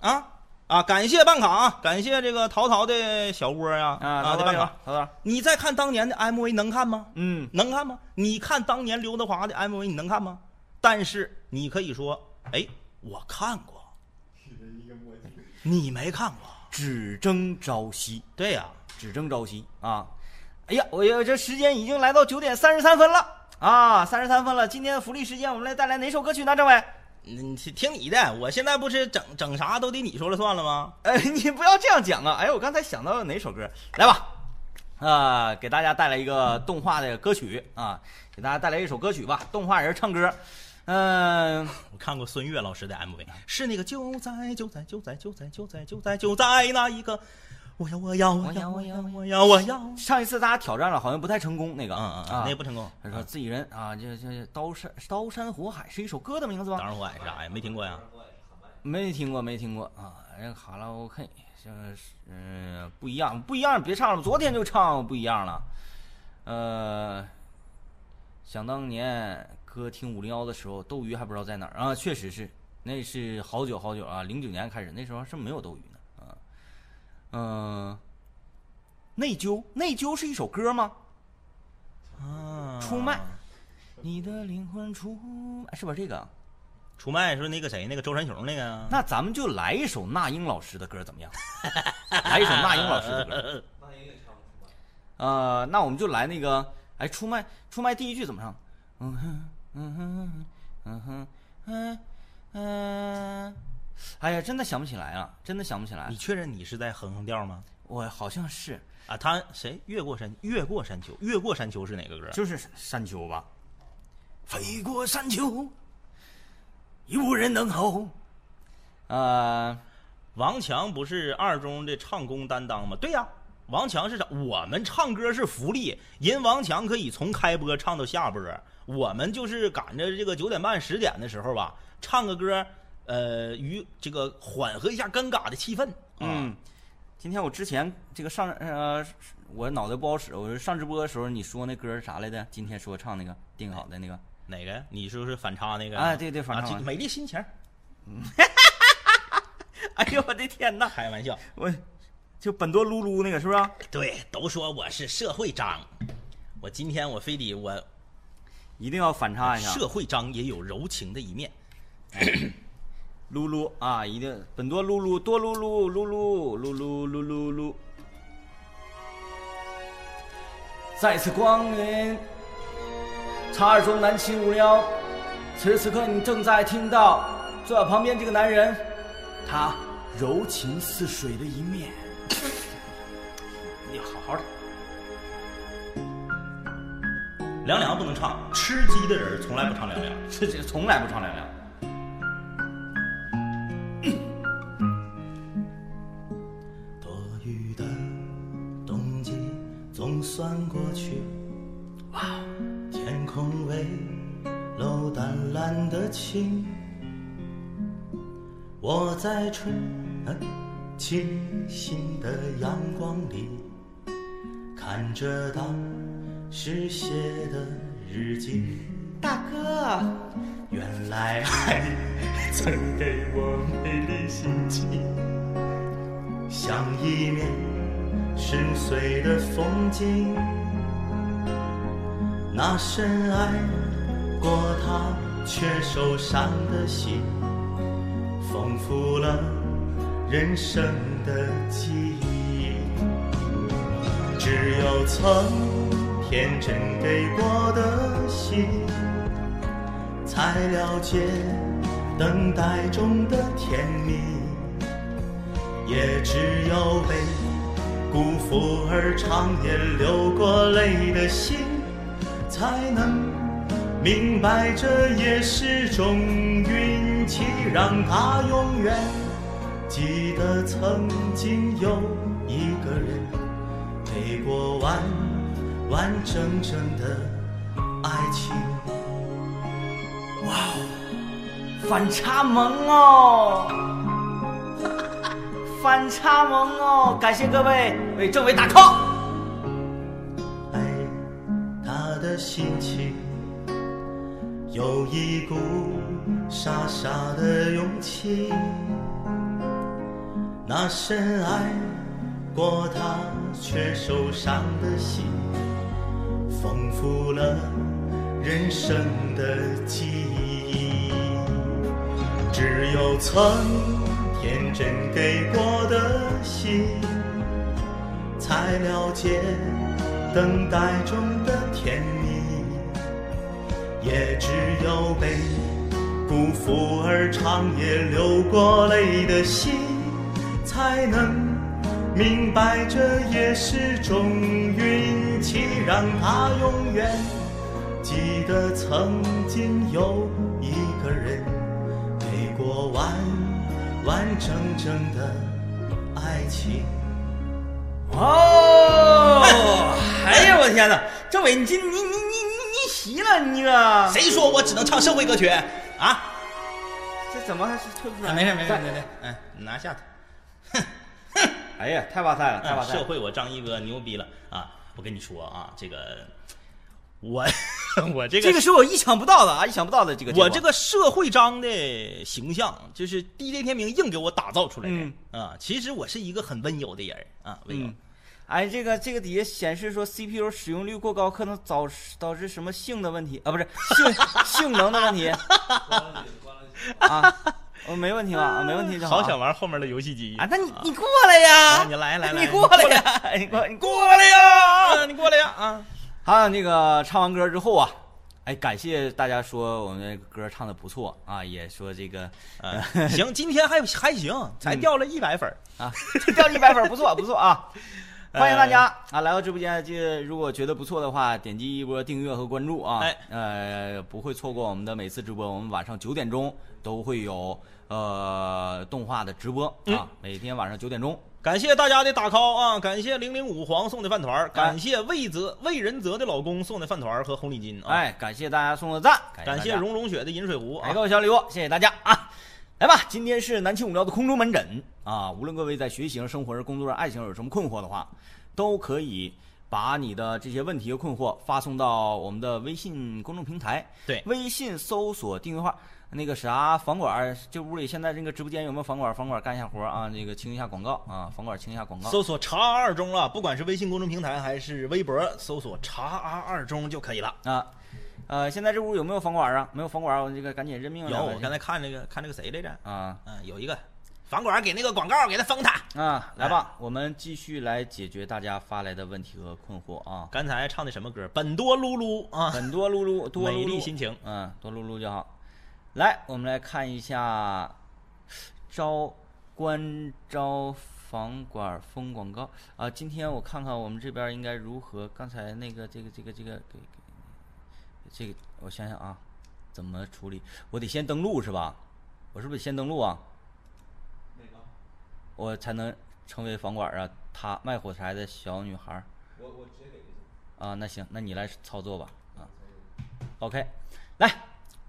C: 啊啊，感谢办卡啊，感谢这个淘淘的小窝呀
A: 啊，
C: 啊
A: 淘
C: 的
A: 淘
C: 办
A: 有
C: 卡，，
A: 淘淘，
C: 你再看当年的 MV 能看吗？
A: 嗯，
C: 能看吗？你看当年刘德华的 MV 你能看吗？但是你可以说，哎，我看过，你没看过，
A: 只争朝夕，
C: 对呀、
A: 只争朝夕啊！哎呀，我呀，这时间已经来到九点三十三分了啊，三十三分了。今天的福利时间，我们来带来哪首歌曲呢？政 [LAUGHS] 委，
C: 你听听你的，我现在不是整整啥都得你说了算了吗？
A: 呃，你不要这样讲啊！哎，我刚才想到哪首歌，来吧，啊、给大家带来一个动画的歌曲啊，给大家带来一首歌曲吧，动画人唱歌，嗯、
C: 我看过孙悦老师的 MV，是那个就在就在就在就在就在就在就在那一个，我要我要我要我要我要我要，
A: 上一次大家挑战了，好像不太成功那个，
C: 嗯嗯
A: 啊
C: 嗯，那，不成功。
A: 他说自己人啊，这这刀山刀山火海是一首歌的名字吗
C: 当？然我也是啥呀？没听过呀？
A: 没听过，没听过啊。人卡拉 OK，就是嗯、不一样，不一样，别唱了。昨天就唱不一样了。呃，想当年哥听五零幺的时候，斗鱼还不知道在哪儿啊，确实是，那是好久好久啊，零九年开始，那时候是没有斗鱼呢啊。嗯、内疚，内疚是一首歌吗？
C: 啊，
A: 出卖，你的灵魂出哎卖是不是这个？
C: 出卖是那个谁，那个周传雄那个啊。
A: 那咱们就来一首那英老师的歌怎么样？来一首那英老师的
C: [LAUGHS]
A: 歌。呃，那我们就来那个，哎，出卖出卖第一句怎么唱？嗯哼，嗯哼，嗯哼，嗯嗯，哎呀，真的想不起来了，真的想不起来
C: 你。确认你是在哼哼调吗？
A: 我好像是，
C: 啊，他谁越过山越过山丘，越过山丘是哪个歌？
A: 就是山丘吧？飞过山丘，已无人能候。呃，
C: 王强不是二中的唱功担当吗？对呀、王强是啥？我们唱歌是福利，人王强可以从开播唱到下播，我们就是赶着这个九点半十点的时候吧，唱个歌，呃，与这个缓和一下尴尬的气氛。啊、
A: 嗯，今天我之前这个上呃，我脑袋不好使，我上直播的时候你说那歌是啥来着？今天说唱那个定好的那个，
C: 哪个？你说是反差那个？
A: 啊对对反差嗯
C: 啊
A: 完
C: 美丽心情。 [LAUGHS]
A: 哎呦我的天呐，
C: 开玩笑，
A: 我就本多噜噜那个是不是？
C: 对，都说我是社会张，我今天我非得我
A: 一定要反差一下，
C: 社会张也有柔情的一面。
A: 噜噜啊，一定本多噜噜多噜噜噜噜噜噜噜噜噜。再次光临，叉二中南七五幺。此时此刻，你正在听到坐在旁边这个男人，他柔情似水的一面。你好好的。
C: 凉凉不能唱，吃鸡的人从来不唱
B: [LAUGHS]
C: 凉凉。
A: 这这从来不唱凉凉。
C: 多雨的冬季总算过去，天空微露淡蓝的晴。我在春呃清新的阳光里，看着当时写的日记，
D: 大哥，
C: 原来爱曾给我美丽心情。像一面深邃的风景。那深爱过他却受伤的心，丰富了人生的记忆。只有曾天真给过的心，才了解等待中的甜蜜。也只有被辜负而常年流过泪的心，才能明白这也是种运气，让他永远记得曾经有一个人陪过完完整整的爱情。哇哦！
D: 反差萌哦， [LAUGHS] 反差萌哦！感谢各位为政委打 call。
C: 哎，他的心情有一股傻傻的勇气，那深爱过他却受伤的心，丰富了人生的记忆。只有曾天真给过的心。才了解等待中的甜蜜，也只有被辜负而长夜流过泪的心，才能明白这也是种运气，让他永远记得曾经有一个人给过完完整整的爱情。
D: 哦，哎呀，我天哪！政委，你这你你你你你习了，你这个
B: 谁说我只能唱社会歌曲啊？
D: 这怎么还是退不出来？
B: 没事没事没事，嗯，拿下他。哼，
A: 哎呀，太哇塞了，太哇
B: 哎
A: 塞
B: 社
A: 了！
B: 会我张一哥牛逼了啊！我跟你说啊，这个我 [LAUGHS] 我这个
A: 这个是我意想不到的啊，意想不到的这个结果。
B: 我这个社会章的形象，就是 DJ 天明硬给我打造出来的、啊。其实我是一个很温柔的人啊，温柔。
A: 嗯，哎，这个这个底下显示说 CPU 使用率过高可能导致导致什么性的问题啊？不是性性能的问
B: [LAUGHS]
A: 题啊？哦，没问题吧？啊，没问题就
B: 好
A: 啊
B: 想玩后面的游戏机
A: 啊！那你你过来呀
B: 啊！你来来来，
A: 你过来呀！你过你过来
B: 啊！
A: 呀！
B: 你过来呀啊！
A: 还有那个唱完歌之后啊，哎，感谢大家说我们歌唱的不错啊，也说这个
B: 啊， [LAUGHS] 行，今天还还行，才掉了一百分儿。
A: [LAUGHS] 啊，掉一百粉，不错不错啊！
B: 呃
A: 欢迎大家啊，来到直播间，记得如果觉得不错的话，点击一波订阅和关注啊，
B: 哎
A: 呃，不会错过我们的每次直播，我们晚上九点钟都会有呃动画的直播啊，
B: 嗯
A: 每天晚上九点钟。
B: 感谢大家的打 call 啊！感谢零零五黄送的饭团儿，感谢魏泽魏仁泽的老公送的饭团儿和红领巾啊！
A: 哎，感谢大家送的赞，
B: 感谢
A: 谢荣，
B: 蓉蓉雪的饮水壶啊
A: 来！各位小礼物，谢谢大家啊！来吧，今天是南青五聊的空中门诊啊，无论各位在学习上、生活上、工作上、爱情上有什么困惑的话，都可以把你的这些问题和困惑发送到我们的微信公众平台，
B: 对
A: 微信搜索订阅号。那个啥，房管儿，这屋里现在这个直播间有没有房管儿？房管儿干一下活儿啊，那个清一下广告啊，房管儿清一下广告。
B: 搜索“茶 R 中”啊，不管是微信公众平台还是微博，搜索“茶 R 二中”就可以了。
A: 啊，呃，现在这屋有没有房管儿啊？没有房管儿，我这个赶紧认命了。
B: 有，我刚才嗯看那个看那个谁来着？
A: 啊
B: 嗯，有一个房管给那个广告给他封他。
A: 啊，来吧，我们继续来解决大家发来的问题和困惑啊。
B: 刚才唱的什么歌？本多噜噜啊，
A: 很多露露，多
B: 美
A: 露
B: 丽
A: 露，
B: 心情。
A: 嗯，多露露就好。来，我们来看一下招关招房管封广告啊。今天我看看我们这边应该如何。刚才那个这个这个这个给给这个，我想想啊，怎么处理？我得先登录是吧？我是不是得先登录啊？我才能成为房管啊？她卖火柴的小女孩。我我直接给啊，那行，那你来操作吧啊。OK，来，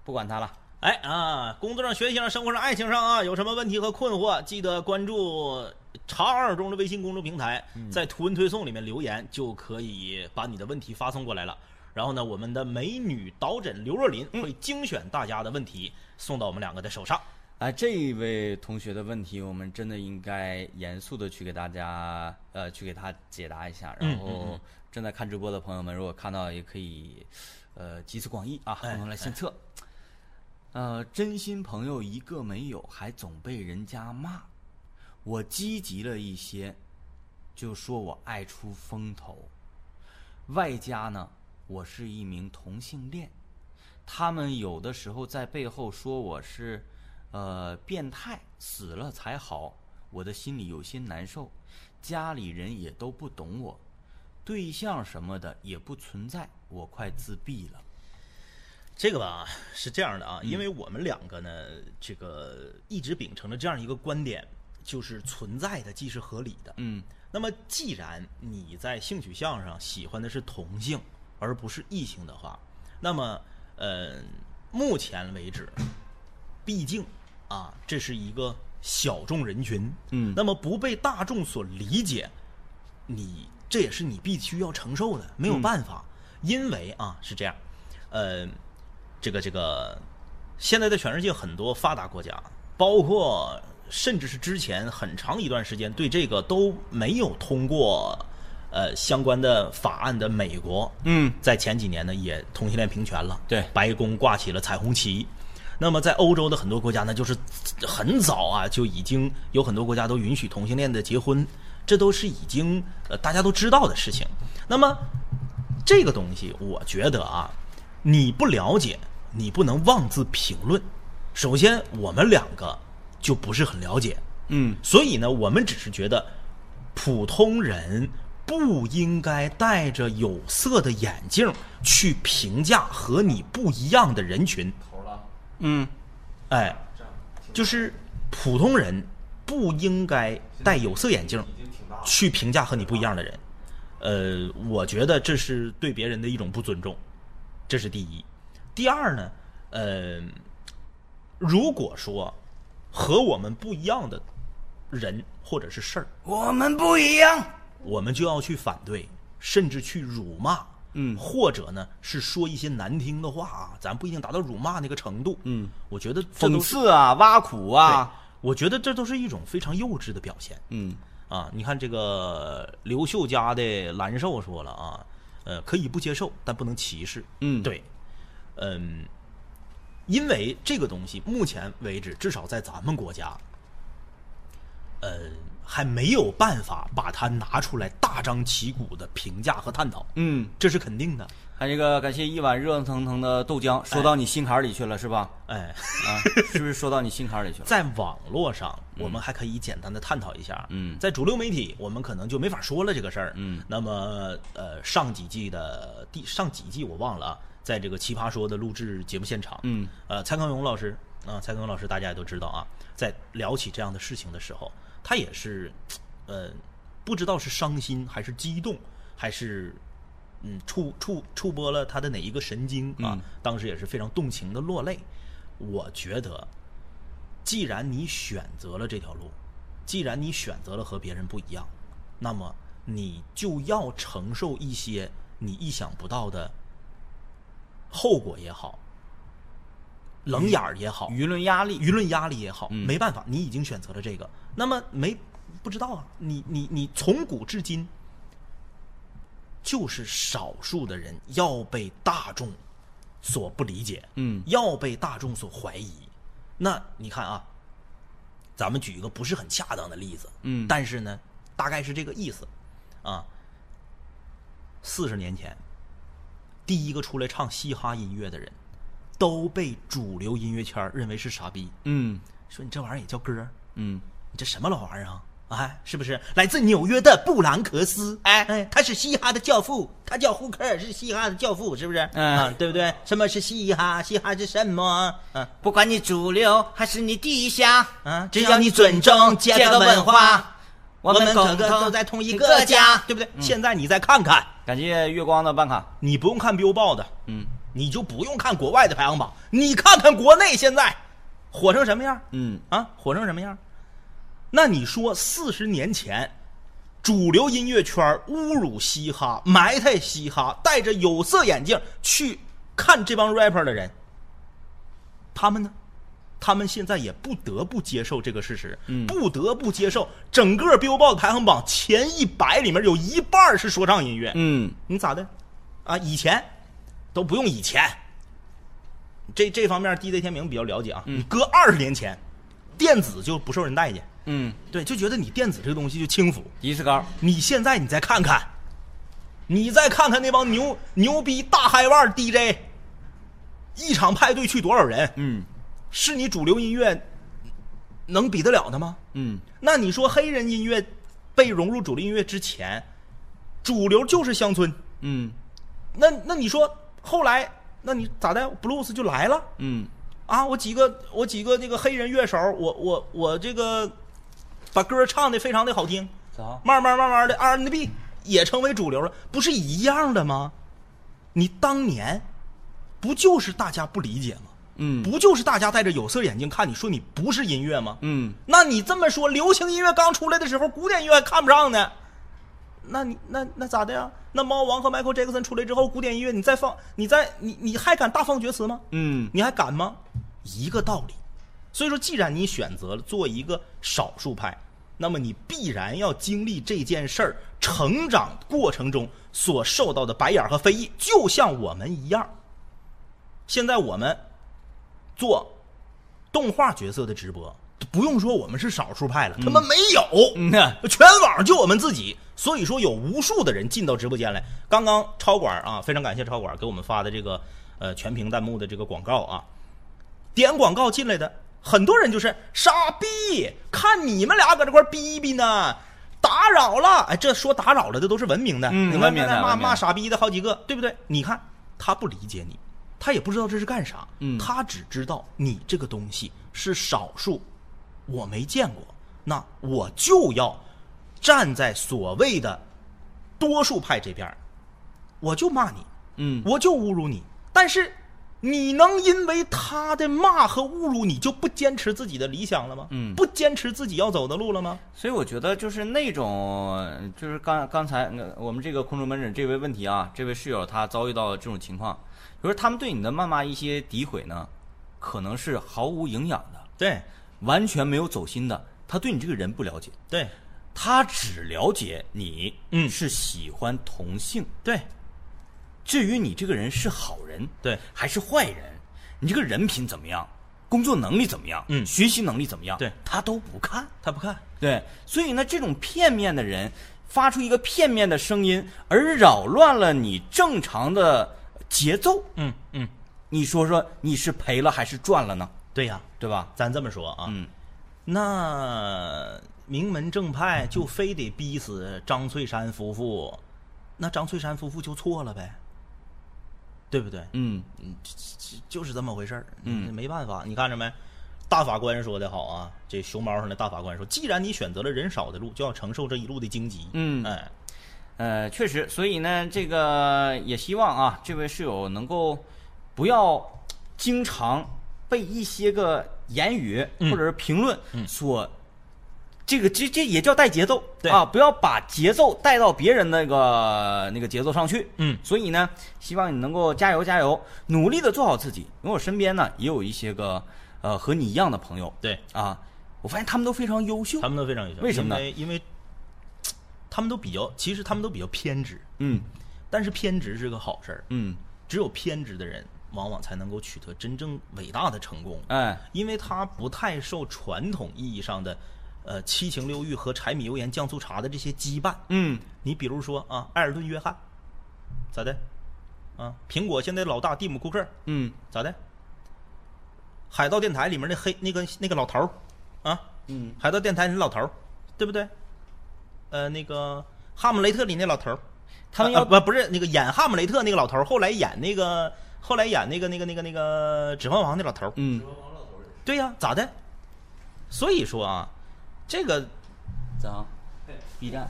A: 不管他了。
B: 哎啊，工作上、学习上、生活上、爱情上啊，有什么问题和困惑，记得关注茶二中的微信公众平台，在图文推送里面留言，就可以把你的问题发送过来了。然后呢，我们的美女导诊刘若琳会精选大家的问题，送到我们两个的手上。
A: 啊，这一位同学的问题，我们真的应该严肃的去给大家，呃，去给他解答一下。然
B: 嗯嗯
A: 后正在看直播的朋友们，如果看到也可以，呃，集思广益啊，我
B: 哎
A: 们来献策。呃，真心朋友一个没有，还总被人家骂。我积极了一些，就说我爱出风头。外加呢，我是一名同性恋，他们有的时候在背后说我是，呃，变态，死了才好，我的心里有些难受，家里人也都不懂我，对象什么的也不存在，我快自闭了。
B: 这个吧是这样的啊，因为我们两个呢，这个一直秉承着这样一个观点，就是存在的即是合理的。
A: 嗯
B: 那么，既然你在性取向上喜欢的是同性而不是异性的话，那么，呃，目前为止，毕竟啊，这是一个小众人群，
A: 嗯
B: 那么不被大众所理解，你这也是你必须要承受的，没有办法，因为啊是这样，呃，这个这个，现在在全世界很多发达国家，包括甚至是之前很长一段时间对这个都没有通过呃相关的法案的美国，
A: 嗯
B: 在前几年呢，也同性恋平权了，
A: 对
B: 白宫挂起了彩虹旗。那么在欧洲的很多国家呢，就是很早啊就已经有很多国家都允许同性恋的结婚，这都是已经呃大家都知道的事情。那么这个东西，我觉得啊，你不了解，你不能妄自评论。首先，我们两个就不是很了解，
A: 嗯
B: 所以呢，我们只是觉得普通人不应该戴着有色的眼镜去评价和你不一样的人群。
A: 嗯
B: 哎，就是普通人不应该戴有色眼镜去评价和你不一样的人。呃，我觉得这是对别人的一种不尊重，这是第一。第二呢，呃，如果说和我们不一样的人或者是事儿，
D: 我们不一样。
B: 我们就要去反对，甚至去辱骂，
A: 嗯
B: 或者呢是说一些难听的话啊，咱不一定达到辱骂那个程度，
A: 嗯，
B: 我觉得这
A: 讽
B: 都是
A: 刺啊，挖苦啊，
B: 对我觉得这都是一种非常幼稚的表现
A: 嗯
B: 啊！你看这个刘秀家的兰寿说了啊，呃，可以不接受，但不能歧视。
A: 嗯，
B: 对，嗯，因为这个东西目前为止，至少在咱们国家，呃，还没有办法把它拿出来大张旗鼓的评价和探讨，
A: 嗯，
B: 这是肯定的。
A: 看这个，感谢一碗热腾腾的豆浆，说到你心坎儿里去了是吧？
B: 哎， [LAUGHS]
A: [LAUGHS] 啊，是不是说到你心坎儿里去了？
B: 在网络上，我们还可以简单的探讨一下。
A: 嗯
B: 在主流媒体，我们可能就没法说了这个事儿。
A: 嗯，
B: 那么呃，上几季的第上几季我忘了啊，在这个《奇葩说》的录制节目现场，
A: 嗯，
B: 呃，蔡康永老师啊、蔡康永老师大家也都知道啊，在聊起这样的事情的时候，他也是，呃，不知道是伤心还是激动，还是嗯触触触拨了他的哪一个神经啊，
A: 嗯
B: 当时也是非常动情的落泪。我觉得，既然你选择了这条路，既然你选择了和别人不一样，那么你就要承受一些你意想不到的后果也好，冷眼儿也好，
A: 舆论压力，
B: 舆论压力也好，
A: 嗯
B: 没办法，你已经选择了这个，那么没不知道啊，你你你从古至今，就是少数的人要被大众所不理解，
A: 嗯
B: 要被大众所怀疑。那你看啊，咱们举一个不是很恰当的例子，
A: 嗯
B: 但是呢，大概是这个意思，啊，四十年前，第一个出来唱嘻哈音乐的人，都被主流音乐圈认为是傻逼，
A: 嗯
B: 说你这玩意儿也叫歌儿，
A: 嗯
B: 你这什么老玩意儿啊？哎，是不是来自纽约的布兰克斯？哎哎，他是嘻哈的教父，他叫胡克尔，是嘻哈的教父，是不是？
A: 嗯
B: 啊，对不对？什么是嘻哈？嘻哈是什么？嗯、啊、
A: 不管你主流还是你地下，
B: 嗯只要你尊重街头文化，
A: 我们
B: 整
A: 共
B: 个
A: 同
B: 都在同一
A: 个嗯
B: 个家，。对不对？现在你再看看，
A: 感谢月光的办卡，
B: 你不用看 Billboard，
A: 嗯
B: 你就不用看国外的排行榜，你看看国内现在火成什么样？
A: 嗯
B: 啊，火成什么样？那你说四十年前，主流音乐圈侮辱嘻哈、埋汰嘻哈，戴着有色眼镜去看这帮 rapper 的人，他们呢？他们现在也不得不接受这个事实，
A: 嗯
B: 不得不接受整个 Billboard 排行榜前一百里面有一半儿是说唱音乐，
A: 嗯
B: 你咋的？啊，以前都不用以前，这这方面 DJ 天明比较了解啊。你搁二十年前，电子就不受人待见，
A: 嗯，
B: 对，就觉得你电子这个东西就轻浮。
A: 迪斯高，
B: 你现在你再看看，你再看看那帮牛牛逼大嗨腕 DJ，一场派对去多少人？
A: 嗯
B: 是你主流音乐能比得了的吗？
A: 嗯
B: 那你说黑人音乐被融入主流音乐之前，主流就是乡村。
A: 嗯
B: 那那你说后来，那你咋的？blues 就来了
A: 嗯
B: 啊！我几个我几个那个黑人乐手，我我我这个把歌唱的非常的好听，
A: 走，
B: 慢慢慢慢的 R&B 也成为主流了，不是一样的吗？你当年不就是大家不理解吗？
A: 嗯
B: 不就是大家戴着有色眼镜看你说你不是音乐吗？
A: 嗯，
B: 那你这么说，流行音乐刚出来的时候，古典音乐还看不上呢。那你那那咋的呀？那猫王和 Michael Jackson 出来之后，古典音乐你再放，你再你你还敢大放厥词吗？
A: 嗯
B: 你还敢吗？一个道理。所以说，既然你选择了做一个少数派，那么你必然要经历这件事儿成长过程中所受到的白眼儿和非议，就像我们一样。现在我们做动画角色的直播，不用说我们是少数派了，他们没有，
A: 嗯呐
B: 全网就我们自己。所以说，有无数的人进到直播间来。刚刚超管啊，非常感谢超管给我们发的这个呃全屏弹幕的这个广告啊，点广告进来的很多人就是傻逼，看你们俩搁这块儿逼逼呢。打扰了，哎，这说打扰了的都是文明的，
A: 嗯
B: 你们
A: 文明的
B: 骂
A: 文明
B: 骂傻逼的好几个，对不对？你看他不理解你，他也不知道这是干啥，
A: 嗯
B: 他只知道你这个东西是少数，我没见过，那我就要站在所谓的多数派这边儿，我就骂你，
A: 嗯
B: 我就侮辱你。但是你能因为他的骂和侮辱你就不坚持自己的理想了吗？
A: 嗯
B: 不坚持自己要走的路了吗？
A: 所以我觉得就是那种，就是刚刚才呃我们这个空中门诊这位问题啊，这位室友他遭遇到这种情况，就是他们对你的谩骂一些诋毁呢，可能是毫无营养的，
B: 对
A: 完全没有走心的，他对你这个人不了解，
B: 对
A: 他只了解你
B: 嗯
A: 是喜欢同性，
B: 对
A: 至于你这个人是好人
B: 对
A: 还是坏人，你这个人品怎么样，工作能力怎么样，
B: 嗯
A: 学习能力怎么样，
B: 对
A: 他都不看。
B: 啊他不看，
A: 对，所以呢，这种片面的人发出一个片面的声音，而扰乱了你正常的节奏，
B: 嗯嗯，
A: 你说说你是赔了还是赚了呢？
B: 对呀、
A: 对吧？
B: 咱这么说啊，
A: 嗯
B: 那名门正派就非得逼死张翠山夫妇，那张翠山夫妇就错了呗，对不对？
A: 嗯
B: 就是这么回事儿，
A: 嗯
B: 没办法，你看着没？大法官说的好啊，这熊猫上的大法官说，既然你选择了人少的路，就要承受这一路的荆棘。
A: 嗯
B: 哎，
A: 呃，确实，所以呢，这个也希望啊，这位室友能够不要经常被一些个言语
B: 嗯
A: 或者是评论所、这个这这也叫带节奏
B: 对
A: 啊，不要把节奏带到别人那个那个节奏上去。
B: 嗯
A: 所以呢，希望你能够加油加油，努力的做好自己。因为我身边呢也有一些个呃和你一样的朋友
B: 对，
A: 啊，我发现他们都非常优秀
B: 他。们都非常有效，
A: 为什么呢
B: 因为因为嘖他们都比较，其实他们都比较偏执，
A: 嗯
B: 但是偏执是个好事儿，
A: 嗯，
B: 只有偏执的人，往往才能够取得真正伟大的成功。
A: 哎，
B: 因为他不太受传统意义上的，呃，七情六欲和柴米油盐酱醋茶的这些羁绊。
A: 嗯
B: 你比如说啊，埃尔顿·约翰，咋的？啊，苹果现在老大蒂姆·库克
A: 嗯
B: 咋的？海盗电台里面那黑那个那个老头儿，啊，
A: 嗯，
B: 海盗电台那老头儿，对不对？呃，那个哈姆雷特里那老头儿，
A: 他们
B: 啊
A: 要
B: 啊不、不是那个演哈姆雷特那个老头儿，后来演那个后来演那个那个那个那个指环王那老头儿，
A: 嗯。
B: 对呀、咋的？所以说啊，这个
A: 咋？B 站。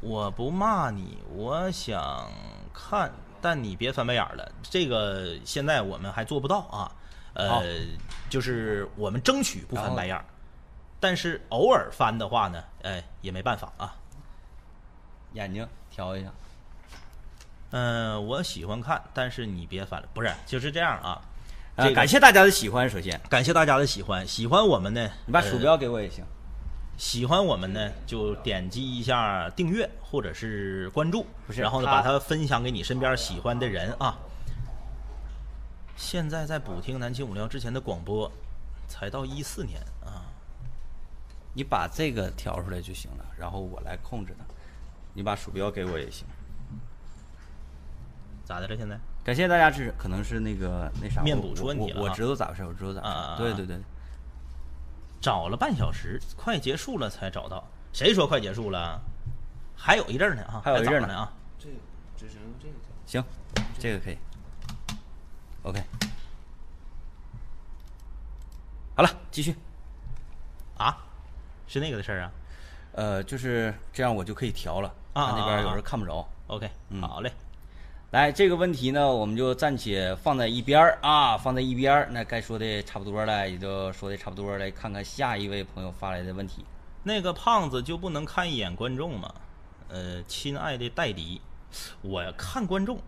B: 我不骂你，我想看，但你别翻白眼儿了。这个现在我们还做不到啊，
A: 好
B: 呃，就是我们争取不翻白眼儿，但是偶尔翻的话呢，哎，也没办法啊。
A: 眼睛调一下。
B: 嗯、我喜欢看，但是你别翻了，不是，就是这样啊。
A: 呃，
B: 这个
A: 感谢大家的喜欢，首先，
B: 感谢大家的喜欢，喜欢我们呢，
A: 你把
B: 呃
A: 鼠标给我也行。
B: 喜欢我们呢，就点击一下订阅或者是关注，
A: 不是
B: 然后呢
A: 他
B: 把它分享给你身边喜欢的人啊。现在在补听南秦五零幺之前的广播，才到一四年啊，
A: 你把这个调出来就行了，然后我来控制它。你把鼠标给我也行。
B: 咋的了？现在
A: 感谢大家支持，可能是那个那啥，
B: 面
A: 我
B: 部
A: 我
B: 出问题了
A: 我我
B: 啊
A: 知道咋回事，我知道咋回事。
B: 啊啊啊
A: 对对对，
B: 找了半小时，快结束了才找到。谁说快结束了？还有一阵儿呢啊，
A: 还有一阵儿
B: 早
A: 呢
B: 呢啊。
A: 行，这个可以。OK，好了，继续。
B: 啊，是那个的事儿啊。
A: 呃，就是这样，我就可以调了。
B: 啊
A: 他那边
B: 啊啊
A: 有人看不着。
B: OK，
A: 嗯
B: 好嘞。
A: 来，这个问题呢，我们就暂且放在一边儿啊，放在一边儿。那该说的差不多了，也就说的差不多了。来看看下一位朋友发来的问题。
B: 那个胖子就不能看一眼观众吗？呃，亲爱的戴迪，我看观众，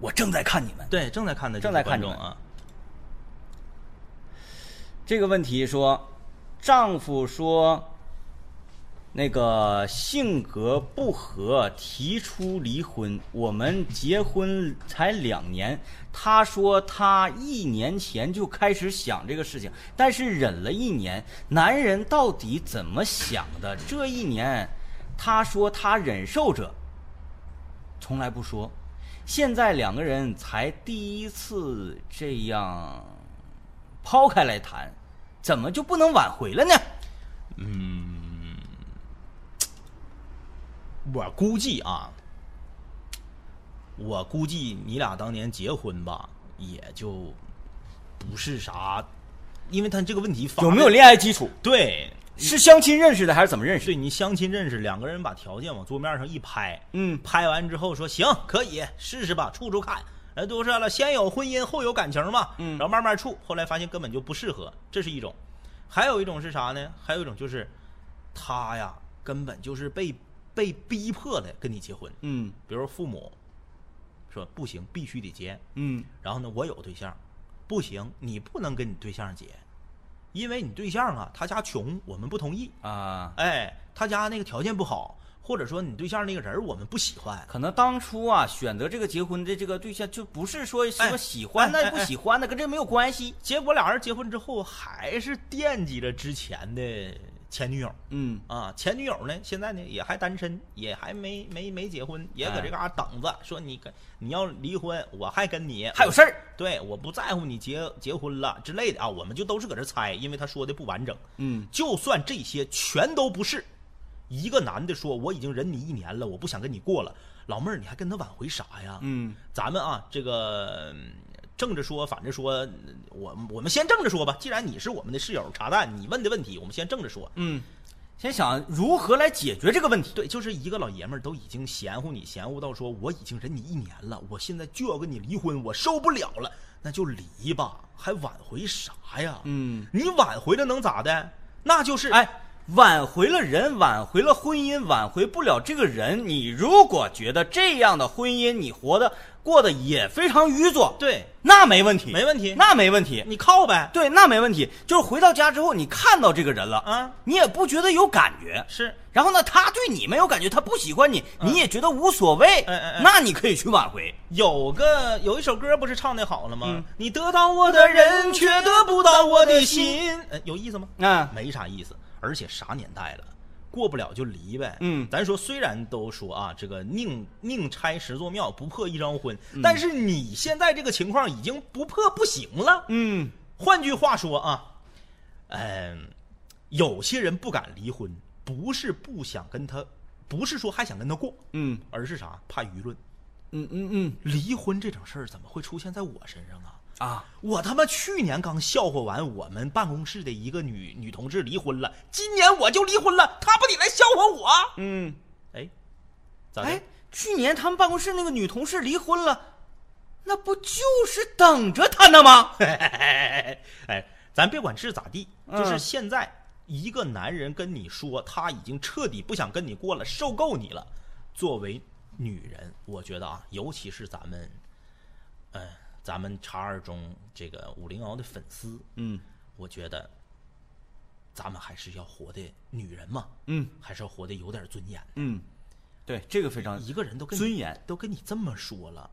A: 我正在看你们。
B: 对，正在看的就是
A: 正在
B: 观
A: 看你
B: 众
A: 们
B: 啊。
A: 这个问题说，丈夫说那个性格不合，提出离婚。我们结婚才两年，他说他一年前就开始想这个事情，但是忍了一年。男人到底怎么想的？这一年，他说他忍受着，从来不说。现在两个人才第一次这样抛开来谈，怎么就不能挽回了呢？
B: 我估计啊，我估计你俩当年结婚吧，也就不是啥，因为他这个问题发
A: 有没有
B: 的
A: 恋爱基础？
B: 对
A: 是相亲认识的还是怎么认识？
B: 对，你相亲认识两个人，把条件往桌面上一拍，
A: 嗯
B: 拍完之后说行，可以试试吧，处处看。呃，都说了，先有婚姻，后有感情嘛，
A: 嗯
B: 然后慢慢处，后来发现根本就不适合，这是一种；还有一种是啥呢？还有一种就是，他呀，根本就是被被逼迫的跟你结婚，
A: 嗯
B: 比如父母说不行，必须得结，
A: 嗯
B: 然后呢，我有对象，不行，你不能跟你对象结，因为你对象啊，他家穷，我们不同意，
A: 啊，
B: 哎，他家那个条件不好，或者说你对象那个人儿我们不喜欢，
A: 可能当初啊选择这个结婚的这个对象，就不是说什么
B: 哎
A: 喜欢的、
B: 哎哎
A: 不喜欢的，跟这没有关系。
B: 结果俩人结婚之后还是惦记着之前的前女友
A: 嗯
B: 啊，前女友呢现在呢也还单身，也还没没没结婚，也
A: 哎
B: 搁这嘎等着，说你跟你要离婚，我还跟你
A: 还有事儿。
B: 对，我不在乎你结结婚了之类的啊，我们就都是搁这猜，因为他说的不完整。
A: 嗯
B: 就算这些全都不是，一个男的说我已经忍你一年了，我不想跟你过了，老妹儿你还跟他挽回啥呀？
A: 嗯
B: 咱们啊，这个嗯正着说，反着说，嗯我我们先正着说吧。既然你是我们的室友茶蛋，你问的问题，我们先正着说。
A: 嗯，先想如何来解决这个问题。
B: 对，就是一个老爷们儿都已经嫌乎你，嫌乎到说我已经忍你一年了，我现在就要跟你离婚，我受不了了，那就离吧，还挽回啥呀？
A: 嗯，
B: 你挽回了能咋的？那就是
A: 哎。挽回了人，挽回了婚姻，挽回不了这个人。你如果觉得这样的婚姻你活的过得也非常愚拙，
B: 对，
A: 那没问题，
B: 没问题
A: 那没问题。
B: 你靠呗，
A: 对，那没问题。就是回到家之后，你看到这个人了，
B: 啊，
A: 你也不觉得有感觉。
B: 是
A: 然后呢，他对你没有感觉，他不喜欢你，你也觉得无所谓，
B: 啊哎哎哎
A: 那你可以去挽回。
B: 有个有一首歌不是唱的好了吗？
A: 嗯
B: 你得到我的人，却得不到我的心，
A: 嗯
B: 呃、有意思吗？
A: 啊，
B: 没啥意思，而且啥年代了，过不了就离呗。
A: 嗯
B: 咱说虽然都说啊，这个宁宁拆十座庙，不破一张婚，
A: 嗯
B: 但是你现在这个情况已经不破不行了。
A: 嗯
B: 换句话说啊，嗯、有些人不敢离婚，不是不想跟他，不是说还想跟他过，
A: 嗯
B: 而是啥怕舆论。
A: 嗯嗯嗯
B: 离婚这种事儿怎么会出现在我身上啊？
A: 啊，
B: 我他妈去年刚笑话完我们办公室的一个女女同志离婚了，今年我就离婚了，她不得来笑话我？
A: 嗯。
B: 哎，咋的？
A: 哎，去年他们办公室那个女同事离婚了，那不就是等着他呢吗？
B: [LAUGHS] 哎，咱别管是咋地，
A: 嗯
B: 就是现在一个男人跟你说他已经彻底不想跟你过了，受够你了。作为女人，我觉得啊，尤其是咱们，嗯、咱们茶二中这个五零幺的粉丝，
A: 嗯
B: 我觉得咱们还是要活的女人嘛，
A: 嗯
B: 还是要活得有点尊严。
A: 嗯，对，这个非常
B: 一个人都跟你
A: 嗯尊严
B: 都跟你这么说了，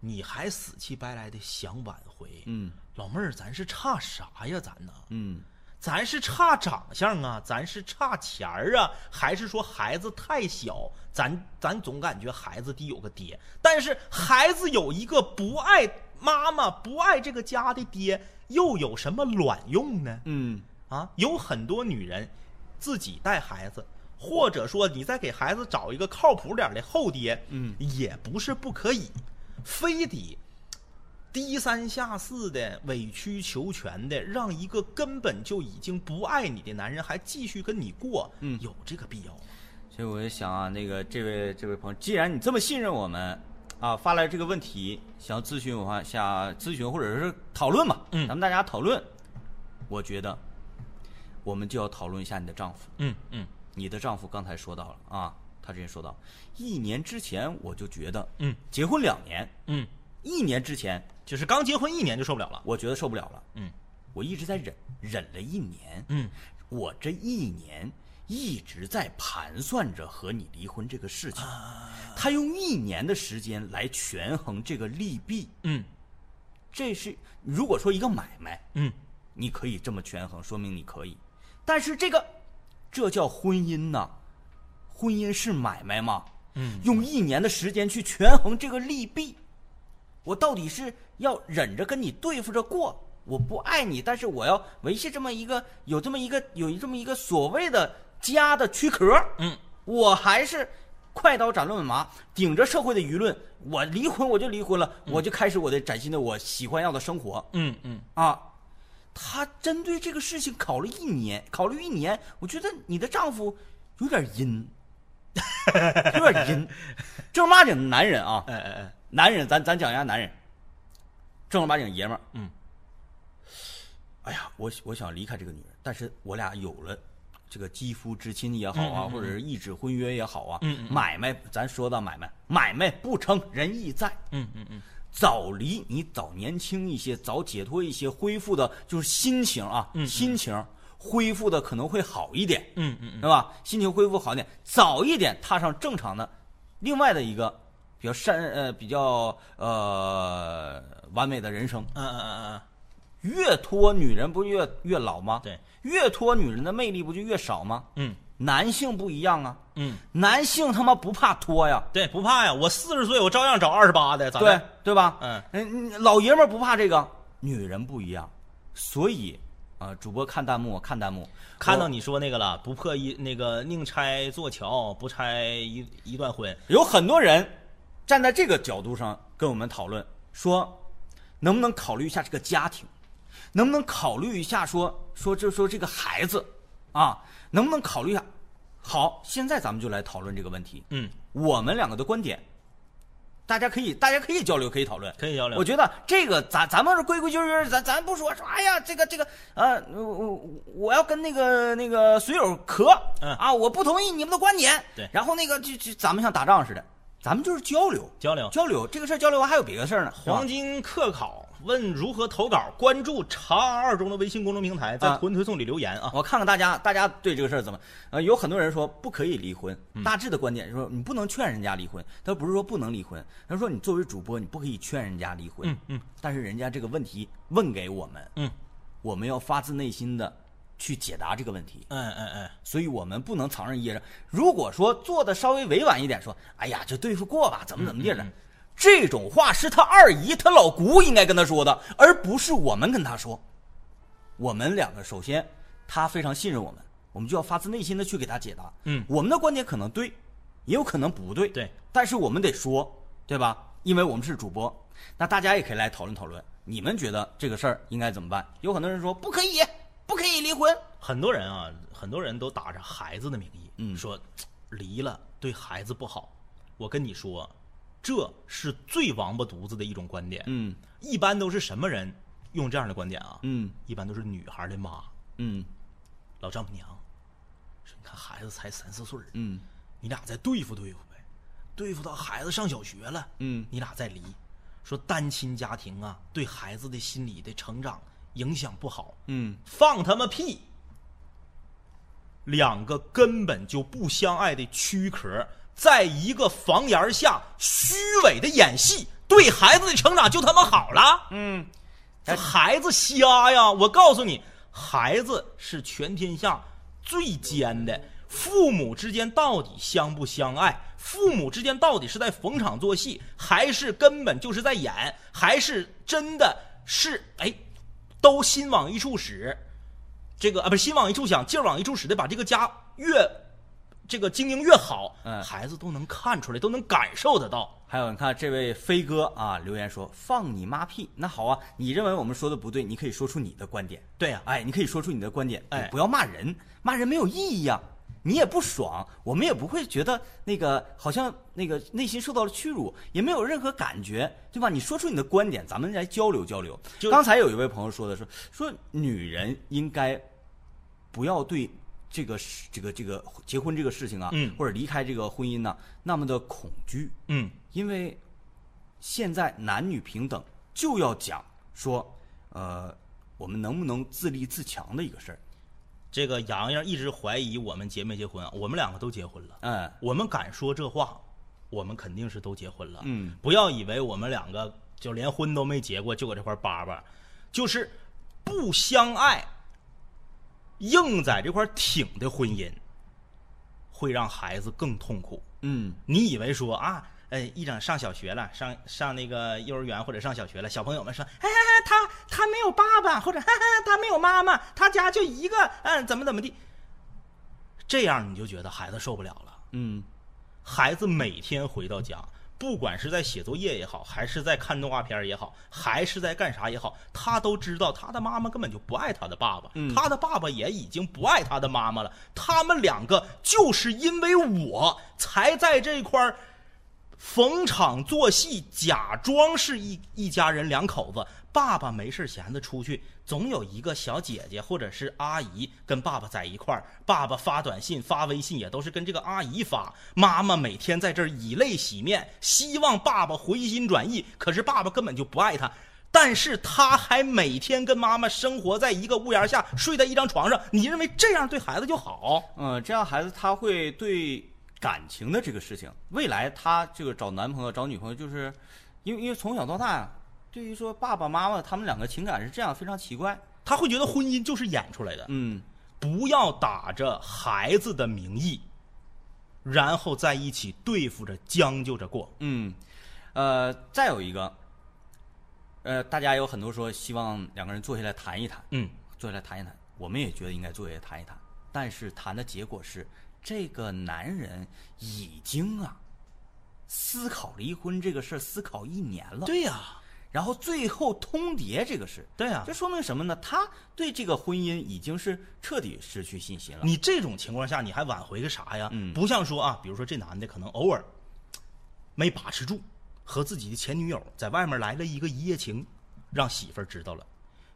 B: 你还死气白赖的想挽回？
A: 嗯
B: 老妹儿，咱是差啥呀？咱呢？
A: 嗯
B: 咱是差长相啊，咱是差钱儿啊，还是说孩子太小？咱咱总感觉孩子得有个爹，但是孩子有一个不爱妈妈、不爱这个家的爹，又有什么卵用呢？
A: 嗯
B: 啊，有很多女人自己带孩子，或者说你再给孩子找一个靠谱点儿的后爹，
A: 嗯，
B: 也不是不可以，非得低三下四的委曲求全的，让一个根本就已经不爱你的男人还继续跟你过，
A: 嗯
B: 有这个必要吗？
A: 所以我就想啊，那个这位这位朋友，既然你这么信任我们，啊发来这个问题，想要咨询我一下咨询或者是讨论吧，
B: 嗯
A: 咱们大家讨论。我觉得我们就要讨论一下你的丈夫，
B: 嗯嗯
A: 你的丈夫刚才说到了啊，他之前说到，一年之前我就觉得，
B: 嗯，
A: 结婚两年，
B: 嗯，
A: 一年之前
B: 就是刚结婚一年就受不了了。
A: 我觉得受不了了，
B: 嗯
A: 我一直在忍，忍了一年，
B: 嗯，
A: 我这一年一直在盘算着和你离婚这个事情，
B: 啊
A: 他用一年的时间来权衡这个利弊，
B: 嗯
A: 这是如果说一个买卖，
B: 嗯
A: 你可以这么权衡，说明你可以。但是这个，这叫婚姻呐、婚姻是买卖吗？
B: 嗯，
A: 用一年的时间去权衡这个利弊，我到底是要忍着跟你对付着过，我不爱你，但是我要维系这么一个有这么一个有这么一个所谓的家的躯壳，
B: 嗯，
A: 我还是快刀斩乱麻，顶着社会的舆论，我离婚我就离婚了，我就开始我的崭新的我喜欢要的生活，
B: 嗯嗯
A: 啊，他针对这个事情考虑一年，考虑一年，我觉得你的丈夫有点阴， [LAUGHS] 有
B: [LAUGHS]
A: 点阴。正儿八经的男人啊，
B: 哎哎哎，
A: 男人，咱咱讲一下男人，正儿八经爷们儿。
B: 嗯。
A: 哎呀，我我想离开这个女人，但是我俩有了这个肌肤之亲也好啊，
B: 嗯
A: 或者是一纸婚约也好啊，
B: 嗯嗯嗯
A: 买卖，咱说到买卖，买卖不成仁义在，
B: 嗯嗯嗯
A: 早离你早年轻一些，早解脱一些，恢复的就是心情啊，心情恢复的可能会好一点，
B: 嗯嗯
A: 对吧？心情恢复好一点，早一点踏上正常的，另外的一个比较善呃比较呃完美的人生。
B: 嗯嗯嗯
A: 越拖女人不越越老吗？
B: 对，
A: 越拖女人的魅力不就越少吗？
B: 嗯
A: 男性不一样啊，
B: 嗯，
A: 男性他妈不怕拖呀，
B: 对，不怕呀，我四十岁，我照样找二十八的，咋
A: 对
B: 的？
A: 对吧？
B: 嗯
A: 嗯，老爷们儿不怕这个，女人不一样，所以啊、主播看弹幕，我看弹幕，
B: 看到
A: 你
B: 你说那个了，不破一那个宁拆座桥，不拆一一段婚。
A: 有很多人站在这个角度上跟我们讨论，说能不能考虑一下这个家庭，能不能考虑一下说说就说这个孩子啊，能不能考虑一下？好，现在咱们就来讨论这个问题。
B: 嗯，
A: 我们两个的观点，大家可以大家可以交流，可以讨论，
B: 可以交流
A: 我觉得这个咱咱们是规规矩矩，咱咱不说说，哎呀，这个这个呃，我我我要跟那个那个水友磕，
B: 嗯
A: 啊，我不同意你们的观点，
B: 对
A: 然后那个就就咱们像打仗似的，咱们就是交流
B: 交流。
A: 交流，这个事儿交流完还有别的事儿呢，是吧
B: 黄金课考问如何投稿，关注长二中的微信公众平台，在
A: 啊
B: 屯屯送里留言啊。
A: 我看看大家，大家对这个事儿怎么？呃，有很多人说不可以离婚，
B: 嗯
A: 大致的观点是说你不能劝人家离婚，他不是说不能离婚，他说你作为主播你不可以劝人家离婚，
B: 嗯嗯，
A: 但是人家这个问题问给我们，
B: 嗯，
A: 我们要发自内心的去解答这个问题，
B: 嗯嗯嗯，
A: 所以我们不能藏着掖着。如果说做的稍微委婉一点，说哎呀就对付过吧，怎么怎么地的，这种话是他二姨、他老姑应该跟他说的，而不是我们跟他说。我们两个首先他非常信任我们，我们就要发自内心的去给他解答。
B: 嗯
A: 我们的观点可能对，也有可能不对。
B: 对，
A: 但是我们得说，对吧？因为我们是主播，那大家也可以来讨论讨论，你们觉得这个事儿应该怎么办？有很多人说不可以，不可以离婚。
B: 很多人啊，很多人都打着孩子的名义，
A: 嗯
B: 说离了对孩子不好。我跟你说，这是最王八犊子的一种观点。
A: 嗯
B: 一般都是什么人用这样的观点啊？
A: 嗯
B: 一般都是女孩的妈，
A: 嗯
B: 老丈母娘说：“你看孩子才三四岁儿，
A: 嗯
B: 你俩再对付对付呗，对付到孩子上小学了，
A: 嗯
B: 你俩再离。”说单亲家庭啊，对孩子的心理的成长影响不好。
A: 嗯
B: 放他妈屁！两个根本就不相爱的躯壳，在一个房檐下虚伪的演戏，对孩子的成长就他妈好了。
A: 嗯，
B: 这孩子瞎呀！我告诉你，孩子是全天下最尖的。父母之间到底相不相爱？父母之间到底是在逢场作戏，还是根本就是在演？还是真的是哎，都心往一处使？这个啊，不是心往一处想，劲儿往一处使的，把这个家越这个经营越好，
A: 嗯
B: 孩子都能看出来，都能感受得到。
A: 还有你看这位飞哥啊，留言说放你妈屁。那好啊，你认为我们说的不对，你可以啊说出你的观点。
B: 对呀、
A: 哎，你可以说出你的观点，
B: 哎
A: 不要骂人，骂人没有意义啊。你也不爽，我们也不会觉得那个好像那个内心受到了屈辱，也没有任何感觉，对吧？你说出你的观点，咱们来交流交流。
B: 就
A: 刚才有一位朋友说的说说女人应该不要对这个事这个这个结婚这个事情啊，
B: 嗯
A: 或者离开这个婚姻呢、那么的恐惧，
B: 嗯，
A: 因为现在男女平等就要讲说，呃，我们能不能自立自强的一个事儿。
B: 这个洋洋一直怀疑我们结没结婚啊，我们两个都结婚了。
A: 嗯，
B: 我们敢说这话，我们肯定是都结婚了。
A: 嗯，
B: 不要以为我们两个就连婚都没结过，就搁这块叭叭，就是不相爱，硬在这块挺的婚姻，会让孩子更痛苦。
A: 嗯，
B: 你以为说啊，哎，一整上小学了，上上那个幼儿园或者上小学了，小朋友们说，哎哎哎，他他没有爸爸，或者哈哈、他没有妈妈，他家就一个，嗯，怎么怎么地，这样你就觉得孩子受不了了。
A: 嗯，
B: 孩子每天回到家，不管是在写作业也好，还是在看动画片儿也好，还是在干啥也好，他都知道他的妈妈根本就不爱他的爸爸，
A: 嗯
B: 他的爸爸也已经不爱他的妈妈了。他们两个就是因为我才在这块儿逢场作戏，假装是一一家人两口子。爸爸没事闲着出去，总有一个小姐姐或者是阿姨跟爸爸在一块儿。爸爸发短信、发微信也都是跟这个阿姨发。妈妈每天在这儿以泪洗面，希望爸爸回心转意，可是爸爸根本就不爱她。但是他还每天跟妈妈生活在一个屋檐下，睡在一张床上。你认为这样对孩子就好？
A: 嗯，这样孩子他会对感情的这个事情，未来他这个找男朋友、找女朋友，就是因为因为从小到大，对于说爸爸妈妈他们两个情感是这样非常奇怪。
B: 他会觉得婚姻就是演出来的。
A: 嗯
B: 不要打着孩子的名义，然后在一起对付着、将就着过。
A: 嗯，呃，再有一个，呃，大家有很多说希望两个人坐下来谈一谈，
B: 嗯，
A: 坐下来谈一谈，我们也觉得应该坐下来谈一谈，但是谈的结果是，这个男人已经啊思考离婚这个事儿思考一年了，
B: 对呀、
A: 然后最后通牒这个事，
B: 对呀、
A: 这说明什么呢？他对这个婚姻已经是彻底失去信心了。
B: 你这种情况下你还挽回个啥呀？
A: 嗯
B: 不像说啊，比如说这男的可能偶尔没把持住，和自己的前女友在外面来了一个一夜情，让媳妇儿知道了。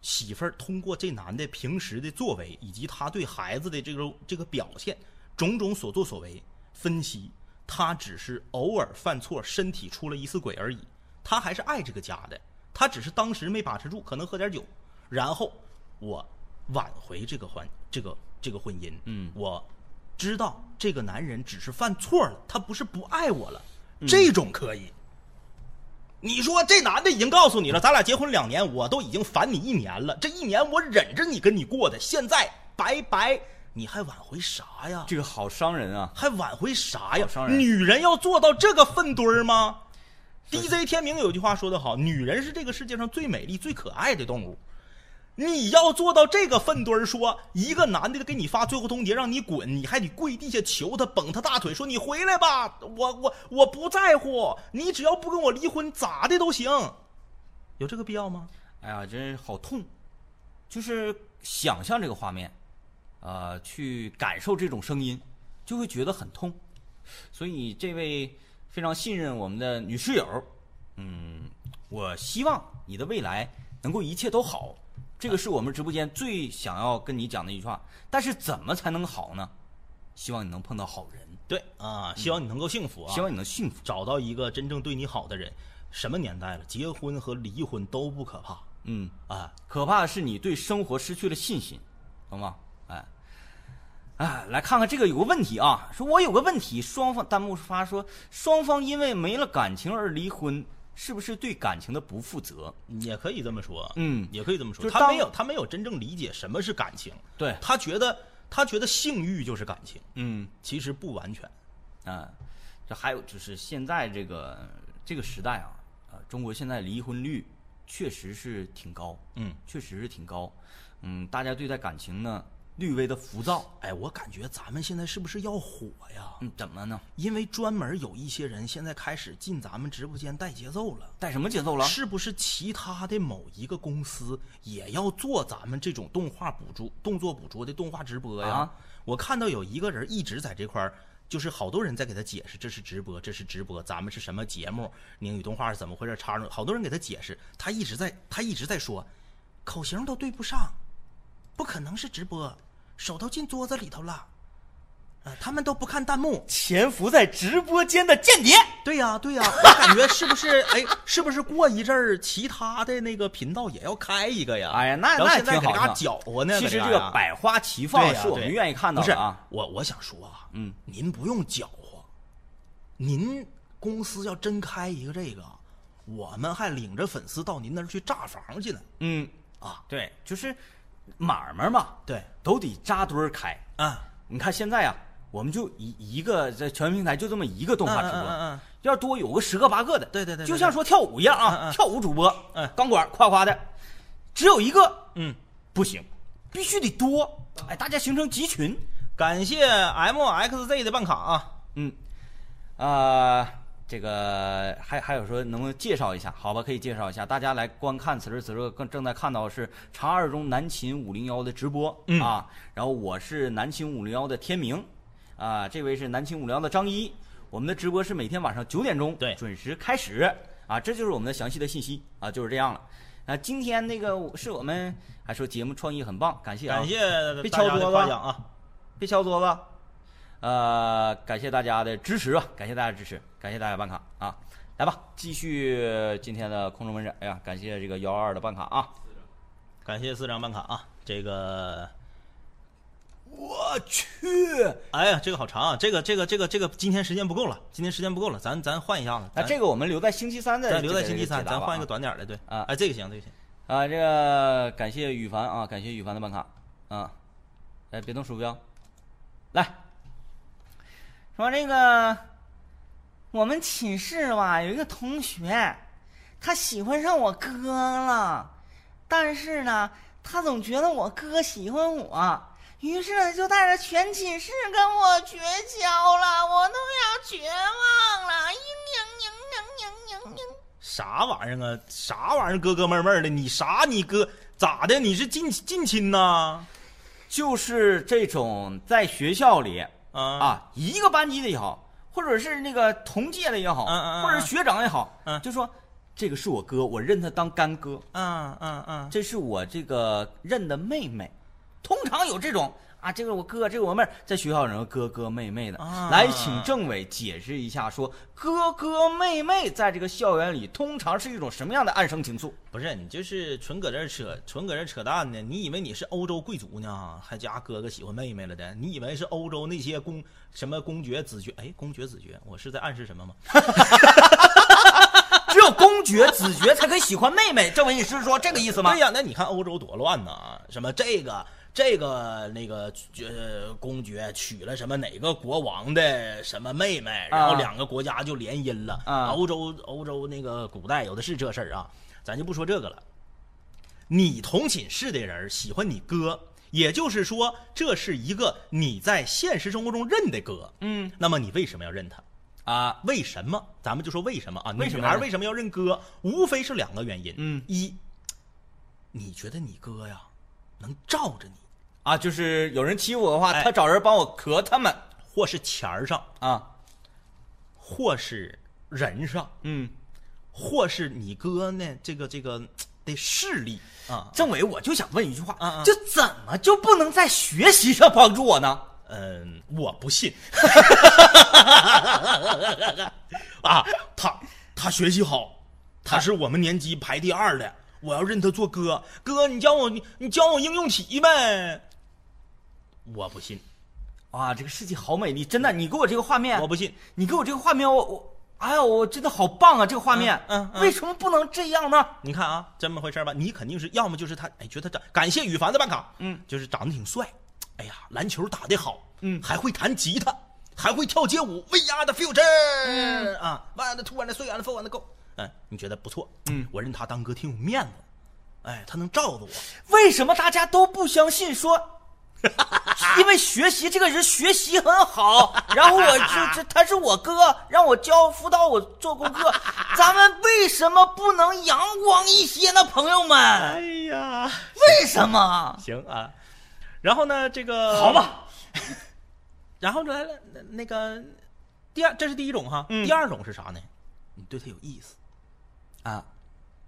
B: 媳妇儿通过这男的平时的作为以及他对孩子的这个这个表现，种种所作所为，分析他只是偶尔犯错，身体出了一次轨而已。他还是爱这个家的，他只是当时没把持住，可能喝点酒，然后我挽回这个婚这个这个婚姻。嗯，我知道这个男人只是犯错了，他不是不爱我了，这种可以。你说这男的已经告诉你了，咱俩结婚两年，我都已经烦你一年了，这一年我忍着你跟你过的，现在拜拜，你还挽回啥呀？
A: 这个好伤人啊！
B: 还挽回啥呀
A: 好伤？人
B: 女人要做到这个粪堆儿吗？DJ 天明有句话说得好，女人是这个世界上最美丽、最可爱的动物。你要做到这个粪堆儿，说一个男的给你发最后通牒，让你滚，你还得跪地下求他，捧他大腿，说你回来吧，我我我不在乎，你只要不跟我离婚，咋的都行，有这个必要吗？
A: 哎呀，真是好痛，就是想象这个画面，呃，去感受这种声音，就会觉得很痛。所以这位非常信任我们的女室友，嗯，我希望你的未来能够一切都好，这个是我们直播间最想要跟你讲的一句话。但是怎么才能好呢？希望你能碰到好人，
B: 对啊，希望你能够幸福啊，
A: 希望你能幸福。
B: 找到一个真正对你好的人。什么年代了，结婚和离婚都不可怕。
A: 嗯。
B: 啊，
A: 可怕的是你对生活失去了信心，懂吗？哎，哎，来看看这个有个问题啊，说我有个问题，双方弹幕发说双方因为没了感情而离婚，是不是对感情的不负责？
B: 也可以这么说，
A: 嗯
B: 也可以这么说。
A: 就是
B: 他
A: 当哎
B: 没有，他没有真正理解什么是感情，
A: 对，
B: 他觉得他觉得性欲就是感情，
A: 嗯，
B: 其实不完全。
A: 啊，这还有就是现在这个这个时代啊，呃，中国现在离婚率确实是挺高，
B: 嗯
A: 确实是挺高。嗯，大家对待感情呢，略微的浮躁。
E: 哎，我感觉咱们现在是不是要火呀？
A: 嗯，怎么呢？
E: 因为专门有一些人现在开始进咱们直播间带节奏了。
A: 带什么节奏了？
E: 是不是其他的某一个公司也要做咱们这种动画捕捉、动作捕捉的动画直播呀？
A: 啊
E: 我看到有一个人一直在这块儿，就是好多人在给他解释这是直播，这是直播，咱们是什么节目，宁宇动画是怎么回事，插入好多人给他解释，他一直在他一直在说，口型都对不上，不可能是直播，手都进桌子里头了，啊、他们都不看弹幕，
D: 潜伏在直播间的间谍。
E: 对呀、对呀、 [LAUGHS] 我感觉是不是？哎，是不是过一阵儿其他的那个频道也要开一个呀？
A: 哎呀那
E: 然后
A: 那
E: 现在
A: 挺
E: 搁这
A: 好
E: 嘎
A: 挺好
E: 搅和呢。
A: 其实
E: 搁
A: 这
E: 嘎
A: 个
E: 呀
A: 百花
E: 啊
A: 齐
E: 对
A: 放
E: 呀
A: 是我
E: 对
A: 们愿意看到
E: 不是
A: 的啊。
E: 我我想说啊，
A: 嗯，
E: 您不用搅和，您公司要真开一个这个，我们还领着粉丝到您那儿去炸房去呢。
A: 嗯，
E: 啊，
A: 对，就是买卖嘛，
E: 对，
A: 都得扎堆儿开。
E: 啊，
A: 你看现在啊，我们就一一个在全平台就这么一个动画直播，
E: 嗯嗯嗯嗯
A: 要多有个十个八个的，
E: 对对对对
A: 就像说跳舞一样啊，
E: 嗯嗯
A: 跳舞主播，
E: 嗯
A: 钢管夸夸的，只有一个
E: 嗯，
A: 不行，必须得多，哎，大家形成集群，
B: 感谢 MXZ 的办卡啊，
A: 嗯，啊、这个还还有说能不能介绍一下？好吧，可以介绍一下。大家来观看此时此刻更正在看到的是茶二中南秦五零幺的直播、
B: 嗯
A: 啊，然后我是南秦五零幺的天明，啊，这位是南秦五零幺的张一。我们的直播是每天晚上九点钟
B: 对
A: 准时开始啊，这就是我们的详细的信息啊，就是这样了。啊，今天那个是我们还说节目创意很棒，感谢啊，
B: 感谢
A: 别
B: 大
A: 敲
B: 家
A: 桌
B: 的
A: 子
B: 夸奖啊。
A: 别敲桌子。呃，感谢大家的支持啊，感谢大家支持，感谢大家办卡啊，来吧，继续今天的空中门诊。哎呀，感谢这个幺二的办卡啊，
B: 感谢四张办卡啊！这个，
A: 我去，
B: 哎呀，这个好长啊！这个，这个，这个，这个，今天时间不够了，今天时间不够了，咱咱换一下子，
A: 那
B: 咱
A: 这个我们留在星期三的，
B: 哎咱留在星期三，
A: 这个
B: 咱换一个
A: 解
B: 短点儿的，对
A: 啊
B: 哎，这个行，这个行，
A: 答吧啊啊，这个感谢羽凡啊，感谢羽凡的办卡啊，哎，别动鼠标，来，
D: 说这个，我们寝室吧有一个同学，他喜欢上我哥了，但是呢，他总觉得我哥喜欢我，于是呢就带着全寝室跟我绝交了，我都要绝望了，嘤嘤嘤嘤嘤嘤嘤。
B: 啥玩意儿啊？啥玩意儿？哥哥妹妹的，你啥？你哥咋的？你是近近亲呐？
A: 就是这种在学校里
B: 啊
A: 啊，一个班级的也好，或者是那个同届的也好，
B: 嗯嗯嗯
A: 或者是学长也好，
B: 嗯
A: 就说这个是我哥，我认他当干哥，
B: 嗯嗯嗯，
A: 这是我这个认的妹妹。通常有这种啊，这个我哥，这个我妹儿，在学校有人哥哥妹妹的。
B: 啊
A: 来，请政委解释一下说，哥哥妹妹在这个校园里通常是一种什么样的暗生情愫？ [LAUGHS]
B: 不是你就是纯搁这儿扯，纯搁这儿扯淡呢？你以为你是欧洲贵族呢？还家哥哥喜欢妹妹了的？你以为是欧洲那些公什么公爵子爵？哎，公爵子爵，我是在暗示什么吗？
A: 只有公爵、子爵才可以喜欢妹妹。政委，你是说这个意思吗
B: 对？呀、那你看欧洲多乱呐，什么这个这个那个呃公爵娶了什么哪个国王的什么妹妹，然后
A: 啊
B: 两个国家就联姻了。
A: 啊
B: 欧洲欧洲那个古代有的是这事儿啊，咱就不说这个了。你同寝室的人喜欢你哥，也就是说，这是一个你在现实生活中认的哥。
A: 嗯，
B: 那么你为什么要认他？
A: 啊，
B: 为什么？咱们就说为什么啊？
A: 为什么
B: 女
A: 呀
B: 孩为什么要认哥？无非是两个原因。
A: 嗯
B: 一，你觉得你哥呀能罩着你，
A: 啊，就是有人欺负我的话，
B: 哎
A: 他找人帮我磕他们
B: 或是钱儿上，
A: 啊，
B: 或是人上，
A: 嗯，
B: 或是你哥呢这个这个的势力啊。
A: 政委，我就想问一句话，
B: 啊啊
A: 就怎么就不能在学习上帮助我呢？
B: 嗯，我不信。 [LAUGHS] 啊，他他学习好，他是我们年级排第二的。我要认他做哥，哥你教我你你教我应用题呗。我不信。
A: 哇，这个世界好美丽，真的！你给我这个画面，
B: 我不信，
A: 你给我这个画面，我我，哎呀，我真的好棒啊！这个画面，
B: 嗯嗯
A: 为什么不能这样呢？
B: 你看啊，这么回事儿吧？你肯定是要么就是他，哎，觉得他长，感谢羽凡的办卡，嗯，就是长得挺帅，哎呀，篮球打得好，嗯，还会弹吉他，还会跳街舞，We are the future，、啊，One the two and the three and the four and the go，嗯，你觉得不错，嗯，我认他当哥挺有面子，哎，他能罩着我，
A: 为什么大家都不相信说因为学习这个人学习很好，然后我就这他是我哥，让我教辅导我做功课，咱们为什么不能阳光一些呢，朋友们？
B: 哎呀，
A: 为什么？
B: 行啊，然后呢，这个
A: 好吧，
B: [LAUGHS] 然后来了那那个第二，这是第一种哈，
A: 嗯
B: 第二种是啥呢？你对他有意思啊，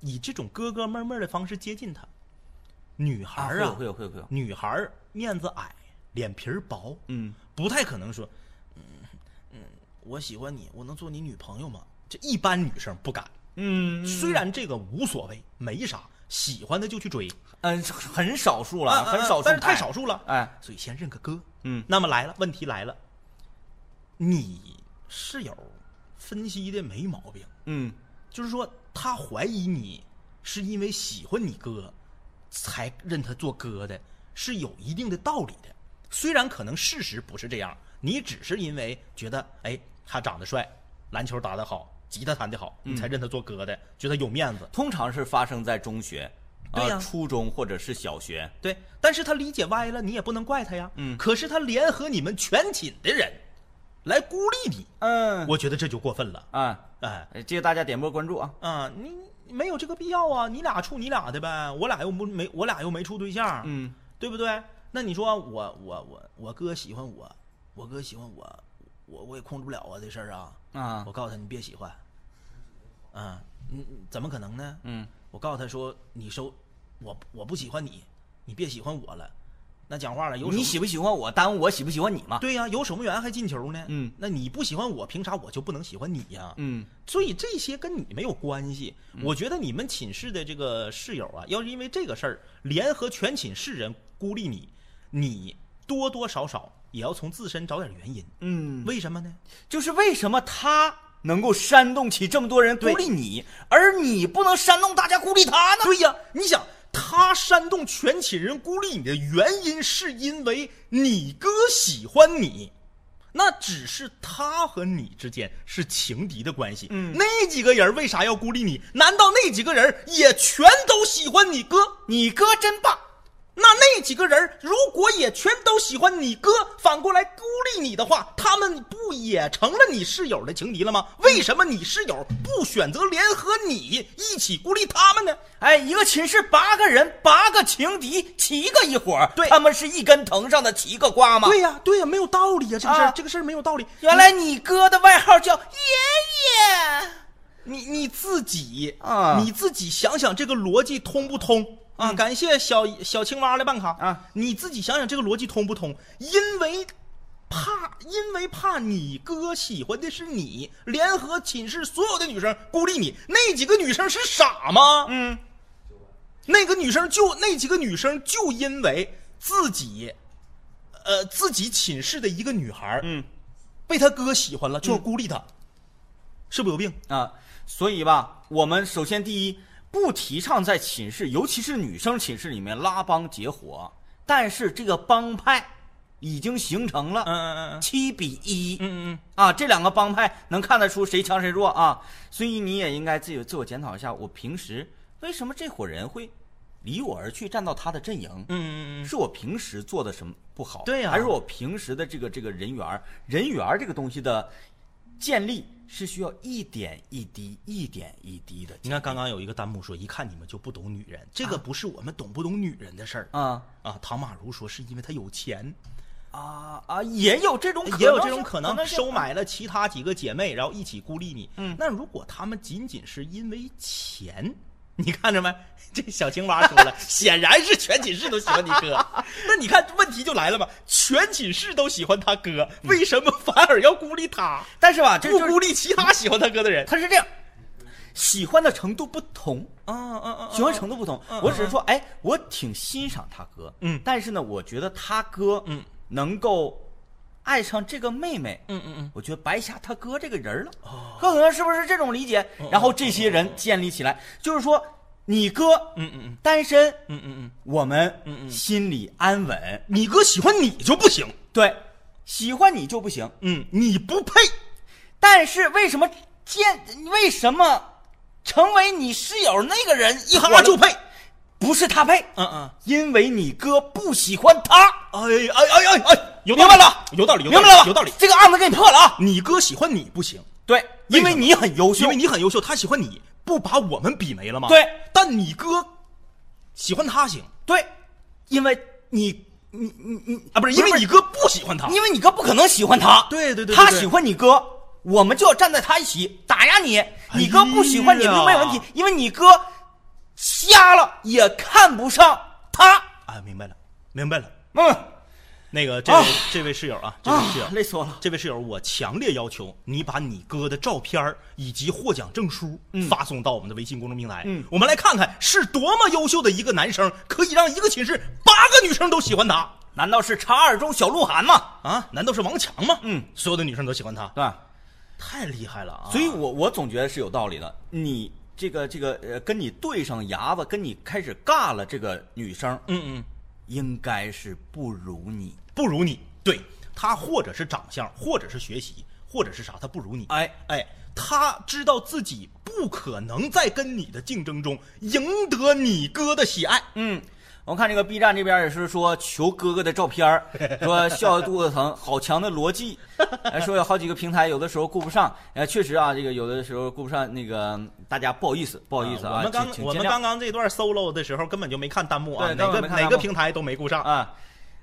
B: 以这种哥哥妹妹的方式接近他。女孩儿
A: 会有
B: 啊
A: 会，有会有会有，
B: 女孩儿面子矮，脸皮儿薄，
A: 嗯，
B: 不太可能说，嗯嗯，我喜欢你，我能做你女朋友吗？这一般女生不敢。
A: 嗯
B: 虽然这个无所谓，没啥，喜欢的就去追，
A: 嗯，很少数
B: 啊
A: 了，很少数，
B: 但是太少，数了。
A: 哎，
B: 所以先认个哥。
A: 嗯
B: 那么来了，问题来了，你室友分析的没毛病，
A: 嗯，
B: 就是说他怀疑你是因为喜欢你哥，才认他做哥的，是有一定的道理的。虽然可能事实不是这样，你只是因为觉得哎他长得帅，篮球打得好，吉他弹得好，你才认他做哥
A: 嗯
B: 的，觉得有面子。
A: 通常是发生在中学，
B: 对呀
A: 呃初中或者是小学，
B: 对，但是他理解歪了，你也不能怪他呀。
A: 嗯
B: 可是他联合你们全寝的人来孤立你，
A: 嗯，
B: 我觉得这就过分了。
A: 啊，
B: 哎，
A: 呃记得大家点播关注啊，
B: 啊，你你没有这个必要啊，你俩处你俩的呗，我俩又不没，我俩又没处对象，
A: 嗯，
B: 对不对？那你说我我我我哥喜欢我，我哥喜欢我，我我也控制不了啊这事儿啊。
A: 啊
B: 我，告诉他你别喜欢，啊，嗯，怎么可能呢？
A: 嗯，
B: 我告诉他说你收，我我不喜欢你，你别喜欢我了。那讲话了，有什么
A: 你喜不喜欢我，耽误我喜不喜欢你嘛？
B: 对呀、有守门员还进球呢。
A: 嗯
B: 那你不喜欢我，凭啥我就不能喜欢你呀、
A: 嗯
B: 所以这些跟你没有关系。我觉得你们寝室的这个室友啊，要是因为这个事儿联合全寝室人孤立你，你多多少少也要从自身找点原因。
A: 嗯，
B: 为什么呢？
A: 就是为什么他能够煽动起这么多人孤
B: 对
A: 立你，而你不能煽动大家孤立他呢？
B: 对呀，你想他煽动全寝人孤立你的原因，是因为你哥喜欢你。那只是他和你之间是情敌的关系，嗯，那几个人为啥要孤立你？难道那几个人也全都喜欢你哥？
A: 你哥真棒，
B: 那那几个人如果也全都喜欢你哥，反过来孤立你的话，他们不也成了你室友的情敌了吗？为什么你室友不选择联合你一起孤立他们呢？
A: 哎，一个寝室八个人，八个情敌，七个一伙儿，
B: 对
A: 他们是一根藤上的七个瓜吗？
B: 对呀、对呀、没有道理呀、这个事儿、
A: 啊
B: 这个事儿没有道理。
A: 原来你哥的外号叫爷爷。
B: 你你自己
A: 啊
B: 你自己想想这个逻辑通不通啊？
A: 嗯
B: 感谢小小青蛙的办卡
A: 啊！
B: 你自己想想这个逻辑通不通？因为怕，因为怕你哥喜欢的是你，联合寝室所有的女生孤立你，那几个女生是傻吗？
A: 嗯，
B: 那个女生就那几个女生就因为自己，呃，自己寝室的一个女孩，
A: 嗯，
B: 被他哥喜欢了，就要孤立他，是不是有病？
A: 啊，所以吧，我们首先第一不提倡在寝室，尤其是女生寝室里面拉帮结伙，但是这个帮派已经形成了，
B: 嗯嗯
A: 七比一，
B: 嗯嗯。
A: 啊，这两个帮派能看得出谁强谁弱啊，所以你也应该自己自我检讨一下，我平时为什么这伙人会离我而去，站到他的阵营？
B: 嗯嗯嗯，
A: 是我平时做的什么不好？
B: 对呀
A: 还是我平时的这个这个人缘儿人缘儿这个东西的建立是需要一点一滴、一点一滴的
B: 你看刚刚有一个弹幕说，一看你们就不懂女人，这个不是我们懂不懂女人的事儿
A: 啊
B: 啊。唐马如说是因为他有钱，
A: 啊啊，也有这种可能
B: 也有这
A: 性
B: 种可能，
A: 性
B: 收买了其他几个姐妹，然后一起孤立你。
A: 嗯
B: 那如果他们仅仅是因为钱，你看着没？这小青蛙说了，显然是全寝室都喜欢你哥。那你看问题就来了吧，全寝室都喜欢他哥，为什么反而要孤立他，
A: 但是吧，这
B: 不
A: 就是
B: 孤立其他喜欢他哥的人？
A: 他是这样，喜欢的程度不同，
B: 啊啊啊
A: 喜欢程度不同。我只是说，哎，我挺欣赏他哥，
B: 嗯
A: 但是呢，我觉得他哥，
B: 嗯，
A: 能够爱上这个妹妹，
B: 嗯嗯嗯，
A: 我觉得白瞎他哥这个人了，
B: 哦
A: 很可能是不是这种理解？然后这些人建立起来，就是说你哥，
B: 嗯嗯嗯
A: 单身，
B: 嗯嗯嗯，
A: 我们心里安稳，
B: 你哥喜欢你就不行，
A: 对，喜欢你就不行。
B: 嗯，你不配。
A: 但是为什么见为什么成为你室友那个人一伙儿
B: 他就配，
A: 不是他配，
F: 嗯嗯，
A: 因为你哥不喜欢他。
F: 哎哎哎哎哎，有
A: 明
F: 道
A: 白
F: 理
A: 了，
F: 有道理，有
A: 明
F: 道
A: 白
F: 理
A: 了吧？
F: 有道理。
A: 这个案子给你破了啊！
B: 你哥喜欢你不行，
A: 对，
B: 嗯为
A: 因为
B: 什么
A: 你很优秀
B: 因为，你很优秀，他喜欢你，不把我们比没了吗？
A: 对，
B: 但你哥喜欢他行
A: 对，因为你你你你
B: 啊，不是因为你哥不喜欢他，
A: 因为你哥不可能喜欢他，
B: 对对对对
A: 他
B: 对
A: 喜欢你哥，我们就要站在他一起打压你。你哥不喜欢你
B: 哎呀
A: 都没问题，因为你哥瞎了也看不上他。
B: 啊，明白了，明白了。
A: 嗯，
B: 那个这位、
A: 啊
B: 这位室友啊，这位室友，
A: 累死我了。
B: 这位室友，我强烈要求你把你哥的照片儿以及获奖证书发送到我们的微信公众平台，
A: 嗯
B: 我们来看看是多么优秀的一个男生，可以让一个寝室八个女生都喜欢他
A: 难道是查二中小鹿晗吗？
B: 啊？难道是王强吗？
A: 嗯，
B: 所有的女生都喜欢他，
A: 对吧？
B: 太厉害了啊！
A: 所以我我总觉得是有道理的。你这个这个呃，跟你对上牙子，跟你开始尬了这个女生，
B: 嗯嗯，
A: 应该是不如你。
B: 不如你，对他或者是长相，或者是学习，或者是啥，他不如你。
A: 哎，
B: 哎，他知道自己不可能在跟你的竞争中赢得你哥的喜爱。
A: 嗯，我看这个 B 站这边也是说求哥哥的照片
B: [LAUGHS]
A: 儿说笑得肚子疼，好强的逻辑。哎，说有好几个平台有的时候顾不上，哎，确实啊，这个有的时候顾不上，那个大家不好意思，不好意思啊，
B: 我们刚
A: 请请
B: 我们
A: 见谅
B: 刚刚这段 solo 的时候根本就没看弹幕啊，
A: 对
B: 哪
A: 根
B: 个
A: 本没看弹
B: 哪
A: 幕
B: 个平台都没顾上。
A: 啊，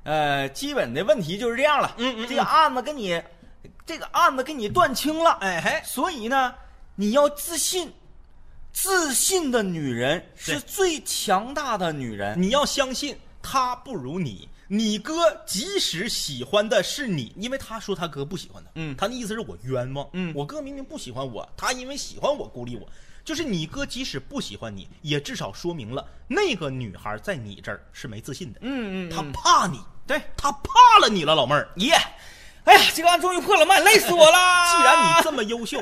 A: 呃，基本的问题就是这样了。
B: 嗯嗯嗯
A: 这个案子跟你，这个案子跟你断清了。
B: 哎嘿，
A: 所以呢，你要自信，自信的女人是
B: 对
A: 最强大的女人。
B: 你要相信他不如你，你哥即使喜欢的是你，因为他说他哥不喜欢他，
A: 嗯
B: 他的意思是我冤枉，
A: 嗯
B: 我哥明明不喜欢我，他因为喜欢我孤立我。就是你哥即使不喜欢你，也至少说明了那个女孩在你这儿是没自信的，
A: 嗯嗯
B: 她怕你，
A: 对，
B: 她怕了你了，老妹儿。
A: 耶、哎呀，这个案终于破了，妈，累死我
B: [LAUGHS]
A: 啦！
B: 既然你这么优
A: [LAUGHS]
B: 秀，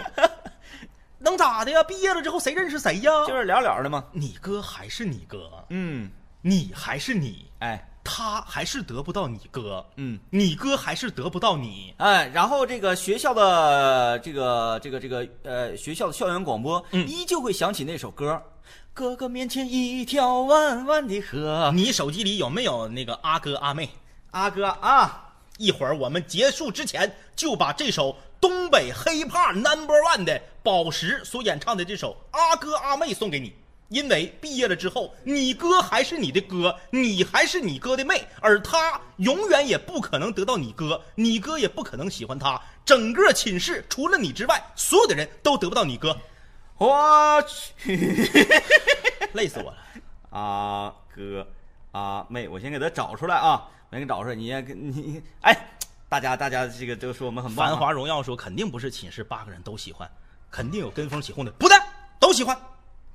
B: 能咋的呀？毕业了之后谁认识谁
A: [LAUGHS]
B: 呀？
A: 就是聊聊的嘛，
B: 你哥还是你哥，
A: 嗯，
B: 你还是你，
A: 哎
B: 他还是得不到你哥，
A: 嗯，
B: 你哥还是得不到你。
A: 哎，然后这个学校的这个这个这个呃学校的校园广播，
B: 嗯
A: 依旧会响起那首歌。哥哥面前一条弯弯的河，
B: 你手机里有没有那个阿哥阿妹？
A: 阿哥啊，
B: 一会儿我们结束之前，就把这首东北黑怕 Number One 的宝石所演唱的这首《阿哥阿妹》送给你。因为毕业了之后，你哥还是你的哥，你还是你哥的妹，而他永远也不可能得到你哥，你哥也不可能喜欢他。整个寝室除了你之外，所有的人都得不到你哥，
A: 我去，
B: 累死我了。
A: 阿啊哥阿妹，我先给他找出来啊，我先给找出来，你先给你，哎，大家大家这个都说我们很棒啊
B: 繁华荣耀说，肯定不是寝室八个人都喜欢，肯定有跟风起哄的，不对，都喜欢。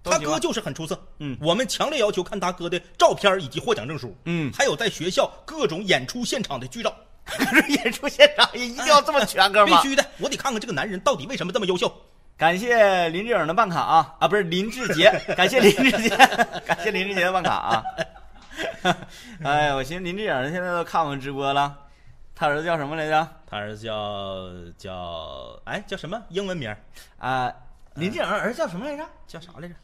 A: 都喜
B: 他
A: 欢
B: 哥就是很出色，
A: 嗯
B: 我们强烈要求看他哥的照片以及获奖证书，
A: 嗯
B: 还有在学校各种演出现场的剧照，
A: [LAUGHS] 演出现场也一定要这么全，哥
B: 哎 [LAUGHS] 必
A: 们儿。
B: 须的，我得看看这个男人到底为什么这么优秀。
A: 感谢林志颖的办卡啊啊，不是林志 [LAUGHS] 杰，感谢林志杰，感谢林志杰的办卡啊。 [LAUGHS] 哎呀，我寻思林志颖现在都看我们直播了，他儿子叫什么来着？
B: 他儿子叫叫哎叫什么英文名儿？
A: 啊、林志颖儿子叫什么来着？
B: 叫啥来着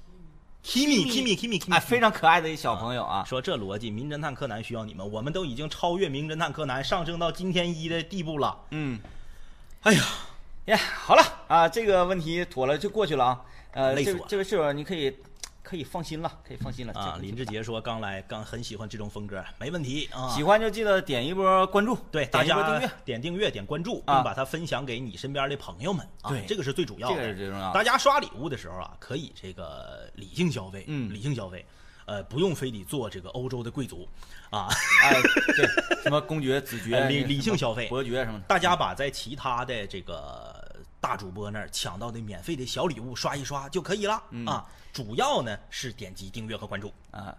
B: ？Kimi Kimi Kimi Kimi，
A: 哎，非常可爱的一小朋友啊。
B: 说这逻辑，《名侦探柯南》需要你们，我们都已经超越《名侦探柯南》，上升到今天一的地步了。
A: 嗯，
B: 哎呀，
A: 呀，好了啊，这个问题妥了就过去了啊。呃，
B: 累死
A: 这
B: 我
A: 位这位室友你可以可以放心了，可以放心了
B: 啊，林志
A: 杰。
B: 杰说刚来，刚很喜欢这种风格，没问题啊。
A: 喜欢就记得点一波关注，
B: 对大
A: 点一波
B: 家
A: 订阅，
B: 点订阅、点关注，
A: 啊
B: 并把它分享给你身边的朋友们啊
A: 对，
B: 这个是最主要
A: 这
B: 的。
A: 个是最重要的。
B: 大家刷礼物的时候啊，可以这个理性消费，
A: 嗯
B: 理性消费，呃，不用非得做这个欧洲的贵族啊。 [LAUGHS]
A: 哎，对，什么公爵、子爵、
B: 呃理
A: 那个
B: 理性
A: 什么
B: 消费
A: 伯爵什么的。
B: 大家把在其他的这个大主播那儿抢到的免费的小礼物刷一刷就可以了
A: 嗯
B: 啊。主要呢是点击订阅和关注。
A: 啊。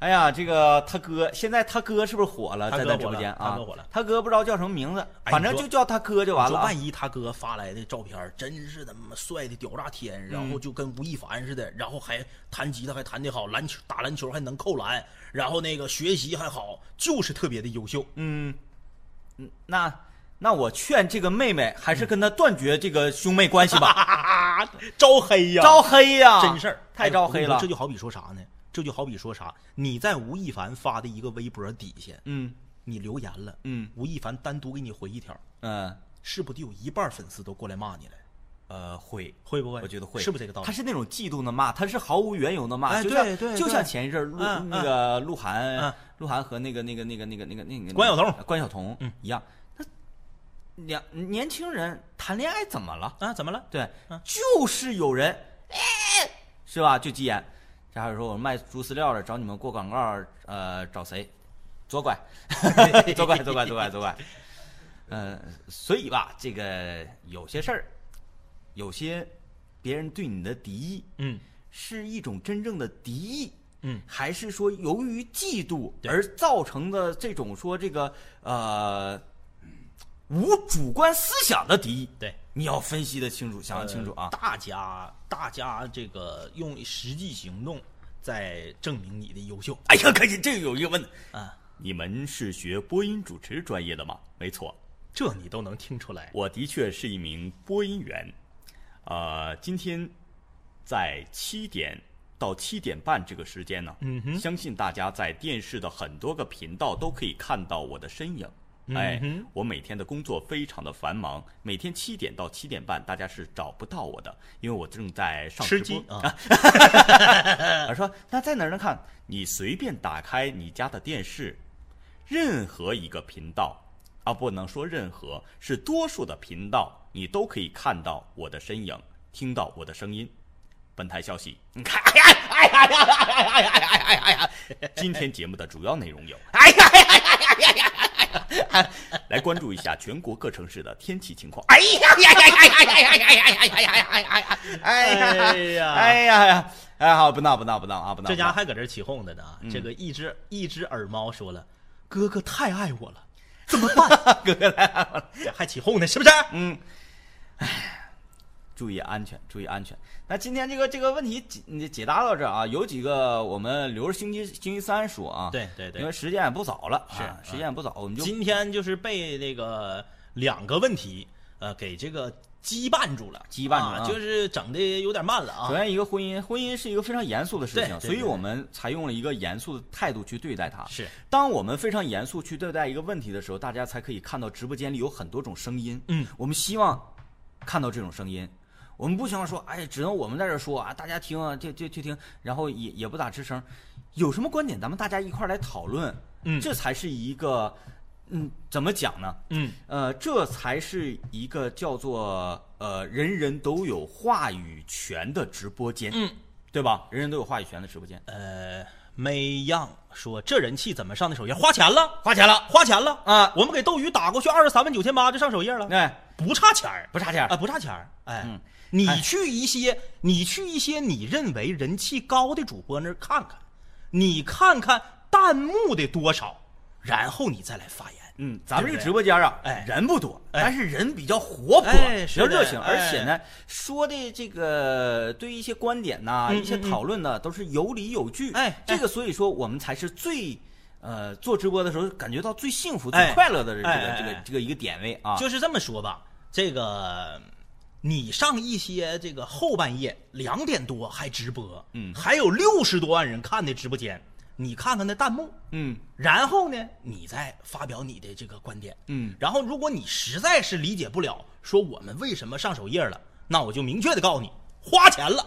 A: 哎呀，这个他哥现在他哥是不是火了？
B: 他
A: 在
B: 哥
A: 咱
B: 火
A: 直播
B: 了
A: 间
B: 他
A: 啊，
B: 哥火了
A: 他哥不知道叫什么名字，
B: 哎
A: 反
B: 你
A: 正
B: 说
A: 就叫他哥就完
B: 说
A: 了啊。
B: 万一他哥发来的照片儿真是他妈帅的屌炸天，然后就跟吴亦凡似的，然后还弹吉他还弹得好，篮球打篮球还能扣篮，然后那个学习还好，就是特别的优秀。 [LAUGHS]
A: 嗯，嗯，那那我劝这个妹妹还是跟他断绝这个兄妹
B: [LAUGHS]
A: 关系吧，
B: 啊，招黑呀、
A: 招黑呀，
B: 真事儿，
A: 太招黑
B: 哎我跟你说
A: 了
B: 这。就好比说啥呢？这就好比说啥，你在吴亦凡发的一个微博底下，
A: 嗯
B: 你留言了，
A: 嗯
B: 吴亦凡单独给你回一条，
A: 嗯，
B: 是不是得有一半粉丝都过来骂你了？
A: 呃，会。
B: 会不会？
A: 我觉得会，
B: 是不是这个道理？
A: 他是那种嫉妒的骂，他是毫无缘由的骂，
B: 哎
A: 就像
B: 对对
A: 就像
B: 对
A: 前一阵儿陆
B: 嗯
A: 那个
B: 嗯
A: 鹿晗，鹿晗和那个那个那个那个那个那个
B: 关晓彤
A: 呃关晓彤
B: 嗯
A: 一样，那两年轻人谈恋爱怎么了？
B: 啊，怎么了？
A: 对，就是有人，哎是吧？就急眼。然后说我卖猪饲料的，找你们过广告儿，呃，找谁？
B: [LAUGHS]
A: 左拐，左拐，左拐，左拐，左拐。呃，所以吧，这个有些事儿，有些别人对你的敌意，
B: 嗯，
A: 是一种真正的敌意，
B: 嗯，
A: 还是说由于嫉妒
B: 对
A: 而造成的这种说这个呃无主观思想的敌意？
B: 对，
A: 你要分析的清楚，想
B: 呃
A: 得清楚啊。
B: 大家，大家这个用实际行动在证明你的优秀
A: 哎呀，可以，这有一个问题，
B: 啊，
A: 你们是学播音主持专业的吗？没错，
B: 这你都能听出来。
A: 我的确是一名播音员。呃，今天在七点到七点半这个时间呢，
B: 嗯哼
A: 相信大家在电视的很多个频道都可以看到我的身影。哎
B: 嗯哼，
A: 我每天的工作非常的繁忙，每天七点到七点半，大家是找不到我的，因为我正在上
B: 吃
A: 直播
B: 鸡啊，
A: 而说那在哪儿能看？你随便打开你家的电视，任何一个频道啊，不能说任何，是多数的频道，你都可以看到我的身影，听到我的声音。本台消息，你看，哎呀，哎呀，哎呀，哎呀，哎呀，哎呀，哎呀，哎呀！今天节目的主要内容有， [LAUGHS] 哎呀，哎呀，哎呀，哎呀，哎呀，哎呀，来关注一下全国各城市的天气情况。哎呀，呀呀呀呀呀呀呀呀呀呀呀呀！哎呀，
B: 哎呀
A: 哎呀呀！哎，好，不闹不闹不闹啊，不闹！
B: 这家
A: 不闹
B: 还搁这儿起哄的呢啊。这个一只一只耳猫说了，哥哥太爱我了，怎么办？哥哥太爱我了，还起哄呢，是不是？
A: 嗯，注意安全，注意安全。那今天这个这个问题解你解答到这儿啊，有几个我们留着星期星期三说啊，
B: 对对
A: 因为
B: 对，
A: 时间也不早了，啊
B: 是嗯
A: 时间也不早，我们就
B: 今天就是被那个两个问题呃给这个羁绊住了，
A: 羁绊住了
B: 啊
A: 啊
B: 就是整的有点慢了啊
A: 首。先一个婚姻，婚姻是一个非常严肃的事
B: 对
A: 情，
B: 对
A: 所以
B: 对
A: 我们采用了一个严肃的态度去对待它。
B: 啊是，
A: 当我们非常严肃去对待一个问题的时候，大家才可以看到直播间里有很多种声音。
B: 嗯，
A: 我们希望看到这种声音，我们不希望说，哎，只能我们在这儿说啊，大家听啊，就就就听，然后也也不咋吱声。有什么观点，咱们大家一块儿来讨论。
B: 嗯
A: 这才是一个，嗯，怎么讲呢？
B: 嗯，
A: 呃，这才是一个叫做呃人人都有话语权的直播间，
B: 嗯，
A: 对吧？人人都有话语权的直播间，
B: 呃，美样说这人气怎么上的首页？花钱了，花钱了，花钱了
A: 啊
B: 我们给斗鱼打过去二十三万九千八就上首页了，
A: 哎，
B: 不差钱儿，
A: 不差钱儿
B: 啊，不差钱儿。哎，
A: 嗯
B: 你
A: 哎
B: 去一些你去一些你认为人气高的主播那儿看看，你看看弹幕的多少，然后你再来发言。
A: 嗯，咱们
B: 对
A: 这个
B: 不对
A: 直播间啊，
B: 哎
A: 人不多，
B: 哎
A: 但是人比较活泼，
B: 哎
A: 比
B: 是
A: 较
B: 的
A: 热情，而
B: 哎
A: 且呢，说的这个对一些观点呐、
B: 嗯
A: 一些
B: 嗯嗯
A: 讨论呢，都是有理有据。
B: 哎哎
A: 这个所以说我们才是最。呃，做直播的时候感觉到最幸福、
B: 哎
A: 最快乐的这个、
B: 哎哎哎
A: 这个这个一个点位啊，
B: 就是这么说吧，这个你上一些这个后半夜两点多还直播，
A: 嗯
B: 还有六十多万人看的直播间，你看看那弹幕，
A: 嗯
B: 然后呢，你再发表你的这个观点，
A: 嗯
B: 然后如果你实在是理解不了，说我们为什么上首页了，那我就明确的告诉你，花钱
A: [LAUGHS]
B: 了，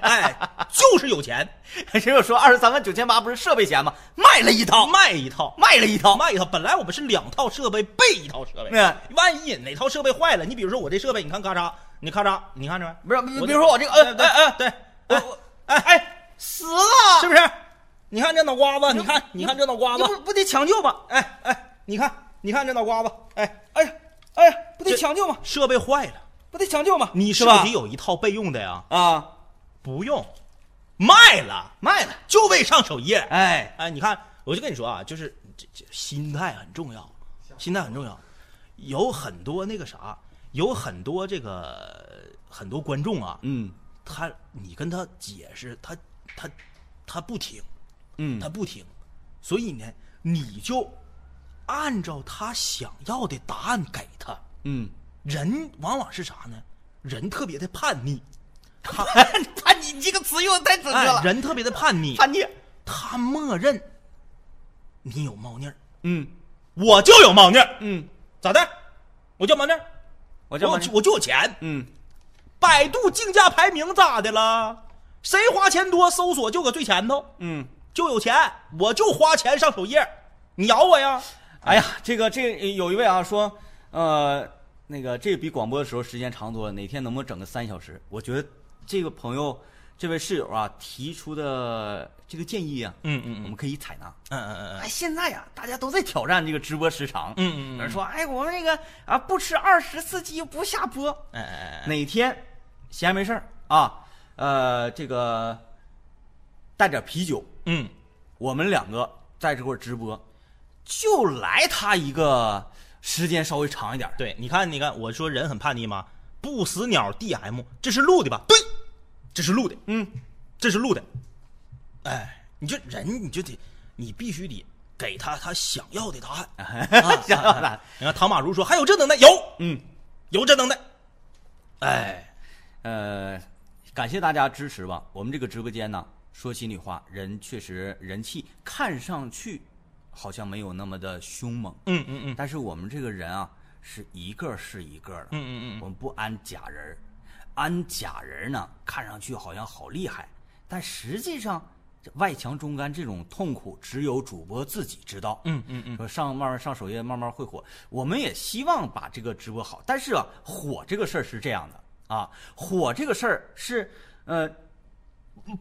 B: 哎，就是有钱，
A: 谁有说二十三万九千八不是设备钱吗？卖了一套，
B: 卖一套，
A: 卖了一套，
B: 卖一套，本来我们是两套设备备一套设备，
A: 嗯
B: 万一哪套设备坏了，你比如说我这设备，你看咔嚓，你咔嚓，你看着没？
A: 不是，
B: 我
A: 比如说我这个，呃
B: 对
A: 呃
B: 对，
A: 呃，
B: 哎
A: 我
B: 哎哎，
A: 死了，
B: 是不是？你看这脑瓜子，你看，你看这脑瓜子
A: 你，不不得抢救吗？
B: 哎哎，你看，你看这脑瓜子，哎，
A: 哎呀，哎呀，不得
B: 这
A: 抢救吗？
B: 设备坏了，
A: 不得抢救吗？
B: 你
A: 是
B: 手
A: 吧
B: 机？有一套备用的呀？
A: 啊，
B: 不用，卖了，
A: 卖了，
B: 就为上首页。
A: 哎，
B: 哎，你看，我就跟你说啊，就是这这心态很重要，心态很重要。有很多那个啥，有很多这个很多观众啊，
A: 嗯
B: 他你跟他解释，他他他不听，
A: 嗯
B: 他不听，所以呢，你就按照他想要的答案给他。
A: 嗯 [LAUGHS]
B: 人往往是啥呢？人特别的叛逆，
A: 啊，你这个词用的太准确
B: 哎，
A: 了，
B: 人特别的叛逆，
A: 叛逆。
B: 他默认你有猫腻儿，
A: 嗯
B: 我就有猫腻儿，
A: 嗯，
B: 咋的？我就猫腻儿，
A: 我
B: 我
A: 这
B: 有
A: 么
B: 哦我就有钱，
A: 嗯，
B: 百度竞价排名咋的了？谁花钱多，搜索就搁最前头，
A: 嗯，
B: 就有钱，我就花钱上首页，你咬我呀？
A: 哎呀，这个这个、有一位啊说，呃，那个这比广播的时候时间长多了，哪天能不能整个三小时？我觉得这个朋友这位室友啊提出的这个建议啊，
B: 嗯嗯
A: 我们可以采纳。
B: 嗯嗯
A: 哎，现在呀、大家都在挑战这个直播时长。
B: 嗯嗯嗯
A: 有人说，哎，我们这个啊，不吃二十四集不下播。
B: 嗯，哎哎哎，
A: 哪天闲没事儿啊，呃，这个带点啤酒，
B: 嗯，
A: 我们两个在这块儿直播，就来他一个时间稍微长一点儿。
B: 对，你看你看，我说人很叛逆吗？不死鸟 DM，这是录的吧？对，这是录的，
A: 嗯，
B: 这是录的。哎，你这人你就得，你必须得给他他想要的答案。
A: 想要的
B: 哎你看唐马如说还有这能耐，有
A: 嗯，
B: 有这能耐。哎，
A: 呃，感谢大家支持吧。我们这个直播间呢，说心里话，人确实人气看上去好像没有那么的凶猛，
B: 嗯嗯嗯
A: 但是我们这个人啊，是一个是一个的，
B: 嗯嗯嗯
A: 我们不安假人儿，安假人儿呢，看上去好像好厉害，但实际上这外强中干这种痛苦，只有主播自己知道。
B: 嗯嗯嗯，
A: 说上慢慢上首页，慢慢会火。我们也希望把这个直播好，但是啊，火这个事儿是这样的啊，火这个事儿是呃，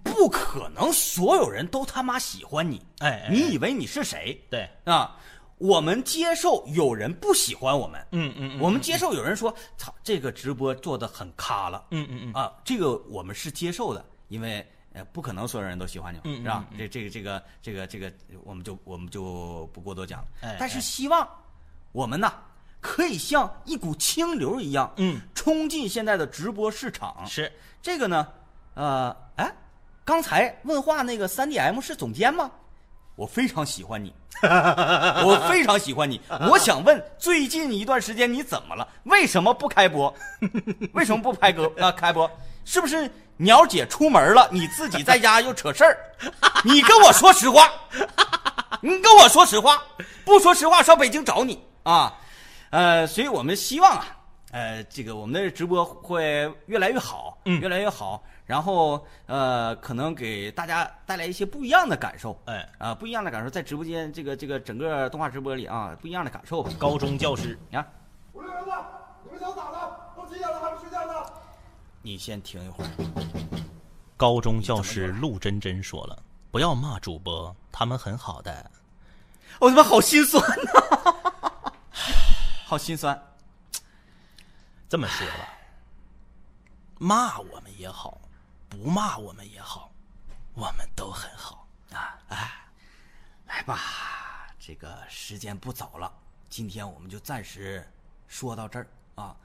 A: 不可能所有人都他妈喜欢你。
B: 哎哎哎
A: 你以为你是谁？
B: 对，
A: 啊，我们接受有人不喜欢我们，
B: 嗯嗯嗯
A: 我们接受有人说，操，这个直播做的很咖了，
B: 嗯嗯嗯
A: 啊，这个我们是接受的，因为呃，不可能所有人都喜欢你，
B: 嗯嗯
A: 是吧？
B: 嗯
A: 这这个这个这个这个，我们就我们就不过多讲了。
B: 哎
A: 但是希望我们呐，可以像一股清流一样，
B: 嗯，
A: 冲进现在的直播市场。
B: 是，
A: 这个呢，呃，哎，刚才问话那个三 DM 是总监吗？我非常喜欢你，我非常喜欢你。我想问，最近一段时间你怎么了？为什么不开播？为什么不拍歌啊、开播？是不是鸟姐出门了，你自己在家又扯事儿？你跟我说实话，你跟我说实话，不说实话上北京找你啊。呃，所以我们希望啊，呃，这个我们的直播会越来越好，
B: 嗯
A: 越来越好。然后呃，可能给大家带来一些不一样的感受。
B: 哎，
A: 啊、不一样的感受，在直播间这个这个整个动画直播里啊，不一样的感受吧。
B: 高中教师，
A: 你看，
G: 五六儿子，你们想咋的？都几点了还不睡觉呢？
A: 你先停一会儿。
B: 高中教师陆真真说了，不要骂主播，他们很好的。
A: 我他妈好心酸呐、 [LAUGHS] 好心酸。
B: 这么说吧，骂我们也好，不骂我们也好，我们都很好。
A: 来吧，这个时间不早了，今天我们就暂时说到这儿啊。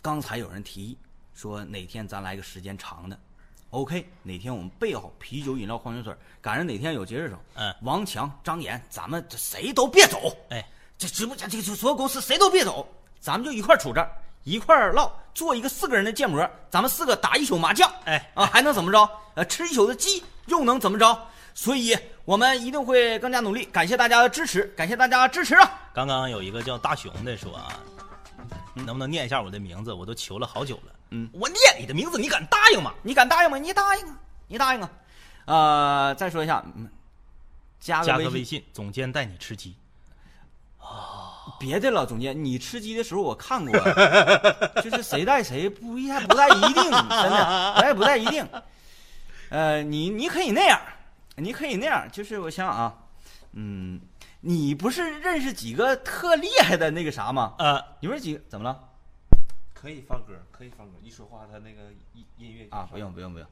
A: 刚才有人提议说哪天咱来个时间长的，OK，哪天我们备好啤酒、饮料、矿泉水，赶上哪天有节日的时候，
B: 嗯
A: 王强、张岩，咱们这谁都别走，
B: 哎，
A: 这直播间这个所有公司谁都别走，咱们就一块儿杵这儿，一块儿唠，做一个四个人的建模，咱们四个打一宿麻将，
B: 哎
A: 啊，还能怎么着？呃，吃一宿的鸡又能怎么着？所以我们一定会更加努力，感谢大家的支持，感谢大家的支持啊！
B: 刚刚有一个叫大熊的说啊，能不能念一下我的名字？我都求了好久了。
A: 嗯，
B: 我念你的名字，你敢答应吗？
A: 你敢答应吗？你答应啊，你答应啊！呃，再说一下，嗯加
B: 加
A: 个
B: 个微
A: 微，
B: 信，总监带你吃鸡。
A: 别的了，总监，你吃鸡的时候我看过，啊 [LAUGHS] 就是谁带谁不一带不带一
H: [LAUGHS]
A: 定，真的，谁也不带一定。呃，你你可以那样，你可以那样，就是我想想啊，嗯，你不是认识几个特厉害的那个啥吗？
B: 呃，
A: 你不是几个怎么了？
H: 可以放歌，可以放歌。一说话，他那个音音乐就
A: 啊，
H: 上
A: 不用不用不用，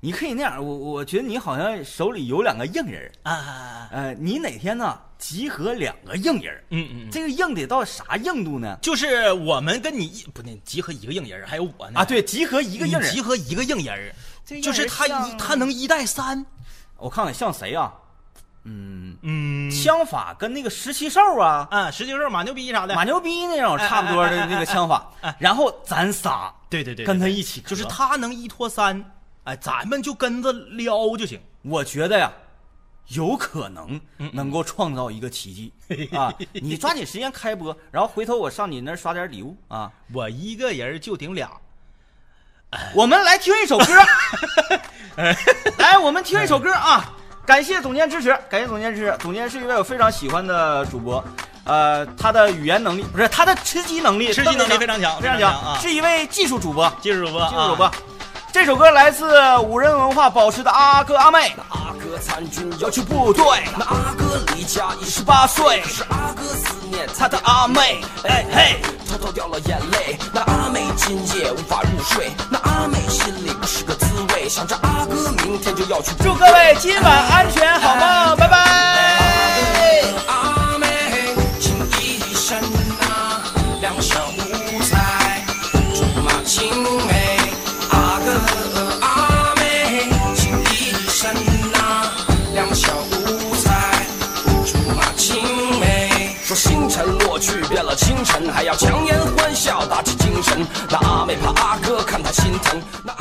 A: 你可以那样，我我觉得你好像手里有两个硬人儿，
B: 啊，
A: 呃，你哪天呢集合两个硬人儿，
B: 嗯嗯嗯，
A: 这个硬得到啥硬度呢？
B: 就是我们跟你一不那集合一个硬人儿，还有我呢
A: 啊，，对，集合一个硬
B: 嗯你
A: 人
B: 集
A: 儿，
B: 合一个硬人儿，
A: 这个硬
B: 就是
A: 人
B: 他
A: 像
B: 一他能一带三，
A: 我看看像谁啊？嗯，
E: 嗯，
A: 枪法跟那个十七哨啊、
E: 啊，十九兽马牛逼啥的，
A: 马牛逼那种差不多的那个
B: [LAUGHS]
A: 枪法，
B: 啊
A: 然后咱仨
E: 对对对，对
A: 跟他
E: 对
A: 一起磕，
E: 就是他能一拖三，哎，咱们就跟着撩就行。
A: 我觉得呀，有可
B: 嗯
A: 能能够创造一个
B: [LAUGHS]
A: 奇迹啊！你抓紧时间开播，然后回头我上你那儿刷点礼物啊！
E: 我一个人就顶俩，
A: 我们来听
B: [LAUGHS]
A: 一首歌，来，我们听一首歌啊！感谢总监支持，感谢总监支持。总监是一位我非常喜欢的主播，呃，他的语言能力不是他的吃鸡能力，
B: 吃鸡能力非
A: 非
B: 常强，非
A: 常
B: 常
A: 强
B: 强啊！
A: 是一位技术主播，
B: 技术主播，
A: 技术主播。这首歌来自五人文化宝石的阿哥阿妹。
I: 阿哥参军要去部队，那阿哥离家已十八岁，是阿哥思念他的阿妹，哎嘿，偷偷掉了眼泪。那阿妹今夜无法入睡，那阿妹心里不是个滋味，想着阿哥明天就要去部队。
A: 祝各位今晚安全好
I: 哎
A: 梦，拜拜。
I: 阿妹情意深啊，两手无猜，竹马青梅。阿哥阿妹情意深啊，两手无猜，竹马青梅。说星辰落去变了清晨，还要强颜欢笑打起精神。那阿妹怕阿哥看她心疼。那。